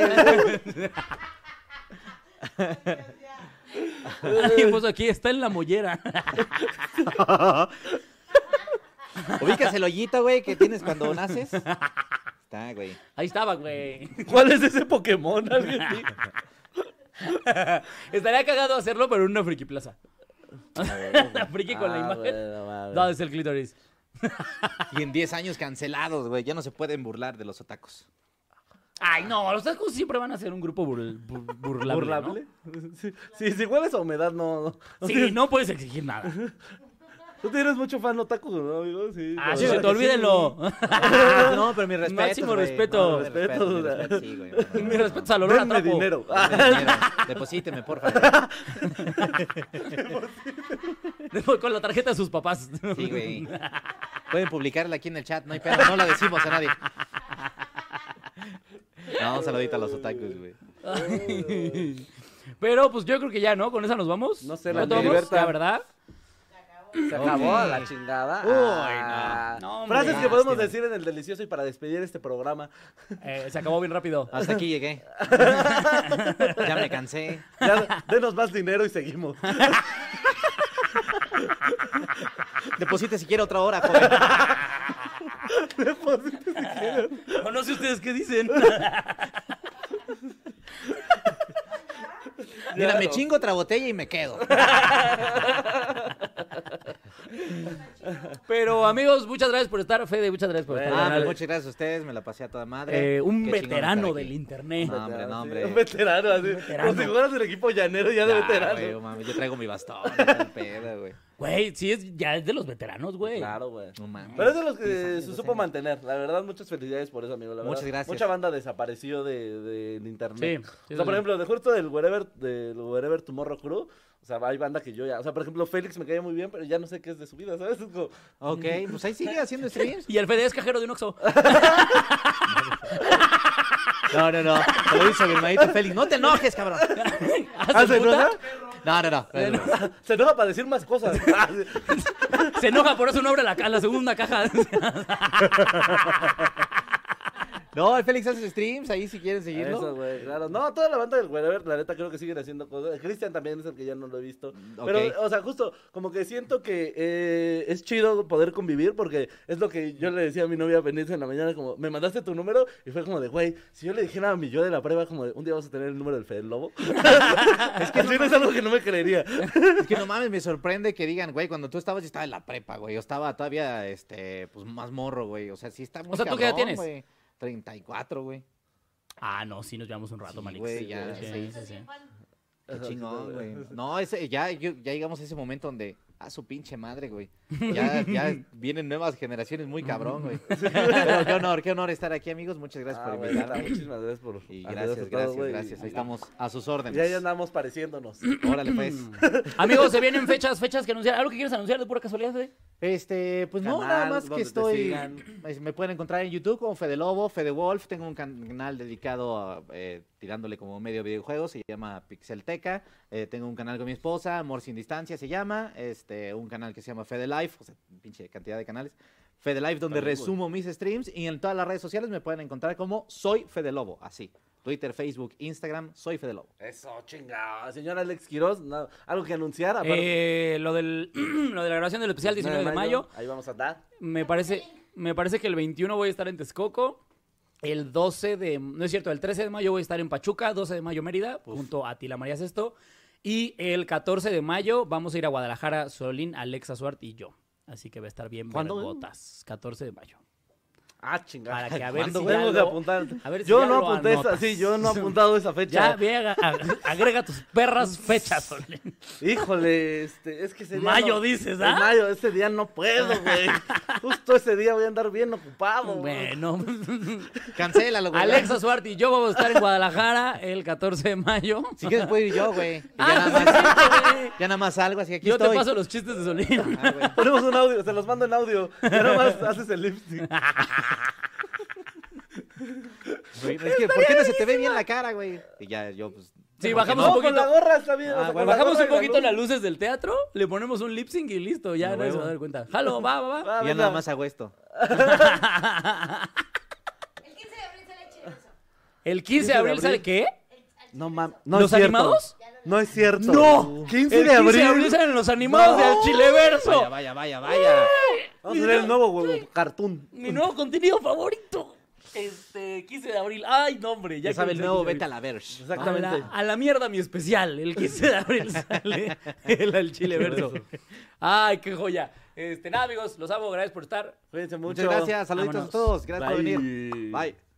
B: Alguien puso pues aquí, está en la mollera.
C: Ubicas el hoyito, güey, que tienes cuando naces. Está, güey.
B: Ahí estaba, güey.
A: ¿Cuál es ese Pokémon? Alguien dijo.
B: Estaría cagado hacerlo, pero en una friki plaza. La friki con la
A: Ah,
B: imagen.
A: bueno, mames.
B: No, es el clítoris.
C: Y en 10 años cancelados, güey. Ya no se pueden burlar de los otacos.
B: Ay, no, los tacos siempre van a ser un grupo burl- bur- burlable.
A: ¿Burlable? Sí, sí, si hueles a humedad, no. no.
B: ¿no?
A: No
B: Sí,
A: tienes-
B: no puedes exigir nada.
A: Tú tienes mucho fan otaku, ¿no, amigo? Sí.
B: Ah,
A: la
B: sí,
A: verdad que
B: te olvídenlo.
C: no, pero mi respeto.
B: Máximo respeto.
A: Respeto,
C: mi
A: o sea.
C: respeto, sí, güey. no, no,
B: Mi
C: no.
B: respeto al olor a Ah,
A: Denme
B: trapo.
A: dinero.
C: Denme dinero. Deposíteme, por favor.
B: Con la tarjeta de sus papás.
C: Sí, güey. Pueden publicarla aquí en el chat, no hay pedo, no la decimos a nadie. No, un saludito a los otakus, güey.
B: Ay. Pero pues yo creo que ya, ¿no? Con esa nos vamos.
A: No sé,
B: ¿No
A: la
B: tomamos?
A: libertad.
B: La verdad.
A: Se acabó la chingada. Ah.
B: no. No, hombre,
A: Frases que
B: lástima.
A: podemos decir en el delicioso y para despedir este programa.
B: Eh, se acabó bien rápido.
C: Hasta aquí llegué. Ya me cansé.
A: Ya, denos más dinero y seguimos.
C: Deposite si quiere otra hora, joven.
B: No, no sé ustedes qué dicen.
C: Mira, me chingo otra botella y me quedo. Ah,
B: Pero amigos, muchas gracias por estar. Fede, muchas gracias por estar.
A: Bueno,
C: Ah,
B: Dale.
C: pues muchas gracias a ustedes, me la pasé a toda madre.
B: Eh,
C: Qué
B: un
C: chingón
B: veterano
C: estar
B: del
C: aquí.
B: internet.
C: No, hombre, no,
A: Sí,
C: hombre.
A: Un veterano, así. Como si fueras del equipo llanero ya de
C: Ah,
A: veterano.
C: güey, oh, mames, yo traigo mi bastón, tal pedo, güey.
B: Güey, sí, es, ya es de los veteranos,
C: Pues
B: güey.
A: Claro, güey.
C: No mames.
A: Pero es de los que
C: años,
A: se
C: diez
A: supo
C: años.
A: mantener. La verdad, muchas felicidades por eso, amigo. la
C: Muchas
A: verdad.
C: gracias.
A: Mucha banda desapareció de, del internet.
B: Sí, sí,
A: o
B: sí.
A: sea, por ejemplo, de justo del Wherever, del Wherever Tomorrow Crew. O sea, hay banda que yo ya. O sea, por ejemplo, Félix me cae muy bien, pero ya no sé qué es de su vida, ¿sabes? Es como,
C: Ok, pues ahí sigue haciendo streams.
B: Y el Fede es cajero de un Oxxo.
C: No, no, no. Se lo hizo mi hermanito Félix. No te enojes, cabrón.
A: ¿Ah,
B: ¿Hace
A: se
B: puta?
A: enoja?
C: No, no, no. no, no.
A: Se enoja para decir más cosas. Ah, sí.
B: Se enoja, por eso no abre la, ca- la segunda caja.
C: No, el Félix hace streams, ahí si quieren seguirlo.
A: Eso, güey, claro. No, toda la banda del Wherever, la neta, creo que siguen haciendo cosas. Cristian también es el que ya no lo he visto.
C: ok.
A: Pero, o sea, justo, como que siento que eh, es chido poder convivir porque es lo que yo le decía a mi novia Vanessa en la mañana, como, me mandaste tu número y fue como de, güey, si yo le dijera a mi yo de la prueba, como de, un día vas a tener el número del Fede Lobo. es que no es algo que no me creería.
C: Es que no mames, me sorprende que digan, güey, cuando tú estabas yo estaba en la prepa, güey. Yo estaba todavía, este, pues más morro, güey. O sea, sí está muy
B: O sea, ¿tú qué edad
C: cabrón,
B: tienes?
C: güey. 34, güey.
B: ah, no, sí, nos llevamos un rato,
C: Sí,
B: Manix.
C: güey, ya,
B: sí,
C: sí,
B: sí, sí.
C: Qué chingón, güey. No, ese, ya, yo- ya llegamos a ese momento donde a su pinche madre, güey. Ya, ya vienen nuevas generaciones muy cabrón, güey. Pero qué honor, qué honor estar aquí, amigos. Muchas gracias
A: Ah,
C: por
A: güey,
C: invitarme.
A: nada, muchísimas gracias por.
C: Y
A: haber
C: gracias,
A: aceptado,
C: gracias,
A: güey,
C: gracias. Ahí
A: y-
C: estamos a sus órdenes.
A: Ya, ya andamos pareciéndonos.
C: Órale, pues.
B: Amigos, se vienen fechas, fechas que anunciar. ¿Algo que quieres anunciar de pura casualidad, Fede?
C: Este, pues no,
A: Canal
C: nada más que
A: donde te
C: estoy.
A: sigan.
C: es- Me pueden encontrar en YouTube como Fede Lobo, Fede Wolf. Tengo un can- canal dedicado a eh, tirándole como medio a videojuegos, se llama Pixelteca. Eh, tengo un canal con mi esposa, Amor Sin Distancia se llama. Este, un canal que se llama Fede Life, o sea, pinche cantidad de canales. Fede Life, donde
A: También, güey.
C: resumo mis streams. Y en todas las redes sociales me pueden encontrar como Soy Fede Lobo, así. Twitter, Facebook, Instagram, soy Fede Lobo.
A: Eso, chingada. Señor Alex Quiroz, na- algo que anunciar.
C: Ah,
A: Aparte-
B: Eh, lo, del, lo de la grabación del especial
C: Pues
B: 19 de mayo.
A: Ahí vamos a estar.
B: Me parece, me parece que el 21 voy a estar en Texcoco. El 12 de, no es cierto, el 13 de mayo voy a estar en Pachuca, 12 de mayo Mérida, junto a Tila María Sesto. Y el 14 de mayo vamos a ir a Guadalajara, Solín, Alexa Suart y yo. Así que va a estar bien
C: ¿Cuándo?
B: vergotas. 14 de mayo.
A: Ah, chingada.
B: Para que a ver
A: ¿Cuándo
B: si ya
A: tengo que
B: lo-
A: apuntar?
B: a ver si
A: yo
B: ya
A: no
B: lo
A: apunté esa,
B: anotas.
A: sí, yo no he apuntado esa fecha.
B: Ya, ve, aga- ag- agrega tus perras fechas, Solín.
A: Híjole, este, es que ese día
B: Mayo
A: no-
B: dices,
A: en
B: ¿ah?
A: mayo, ese día no puedo, güey. Justo ese día voy a andar bien ocupado. güey.
B: Bueno,
C: Cancélalo, güey.
B: Alexa Suart y yo vamos a estar en Guadalajara el 14 de mayo.
C: Si quieres, puedo ir yo, güey. Y Ya,
B: Ah,
C: nada
B: sí,
C: más-
B: cierto, güey.
C: ya nada más algo, así que aquí
B: Yo
C: estoy.
B: te paso los chistes de Solín.
C: Ah, güey.
A: Ponemos un audio, se los mando en audio. Ya nomás haces el lipstick.
C: Pues, Güey, es que, ¿por qué no se te ve bien la cara, güey? Y ya, yo, pues.
B: Sí,
C: como
B: bajamos
C: que
A: No,
B: un
A: con la
B: poquito.
A: gorra está bien. o
C: Ah,
A: sea, con
C: bueno,
A: la
B: Bajamos
A: gorra
B: un
A: y la
B: poquito
A: luz.
B: las luces del teatro, le ponemos un lip sync y listo, ya
C: De
B: nadie se va a
C: huevo.
B: dar cuenta. Jalo, va, va, va.
A: Ah,
C: no. Y ya
A: venga.
C: nada más hago esto.
G: El 15 de abril sale Chirizo.
B: El 15 de abril, ¿sale qué?
A: No mames. No
B: ¿Los
A: es cierto.
B: animados?
A: No es cierto.
B: ¡No!
A: 15
B: El
A: de abril.
B: salen los animados del Chileverso.
C: Vaya, vaya, vaya, vaya.
A: Vamos a ver el nuevo huevo, cartoon.
B: Mi nuevo contenido favorito. Este, 15 de abril. Ay, no, hombre. Ya
C: Ya sabe el
B: comencé
C: nuevo
B: 15 de
C: Vete a
B: abril.
C: la Verge.
A: Exactamente.
B: A la, a la mierda mi especial. El 15 de abril sale el, al Chileverso. Ay, qué joya. Este, nada, amigos, los amo. Gracias por estar.
A: Cuídense mucho.
C: Muchas gracias, saluditos
B: Vámonos.
C: a todos. Gracias por venir. Bye.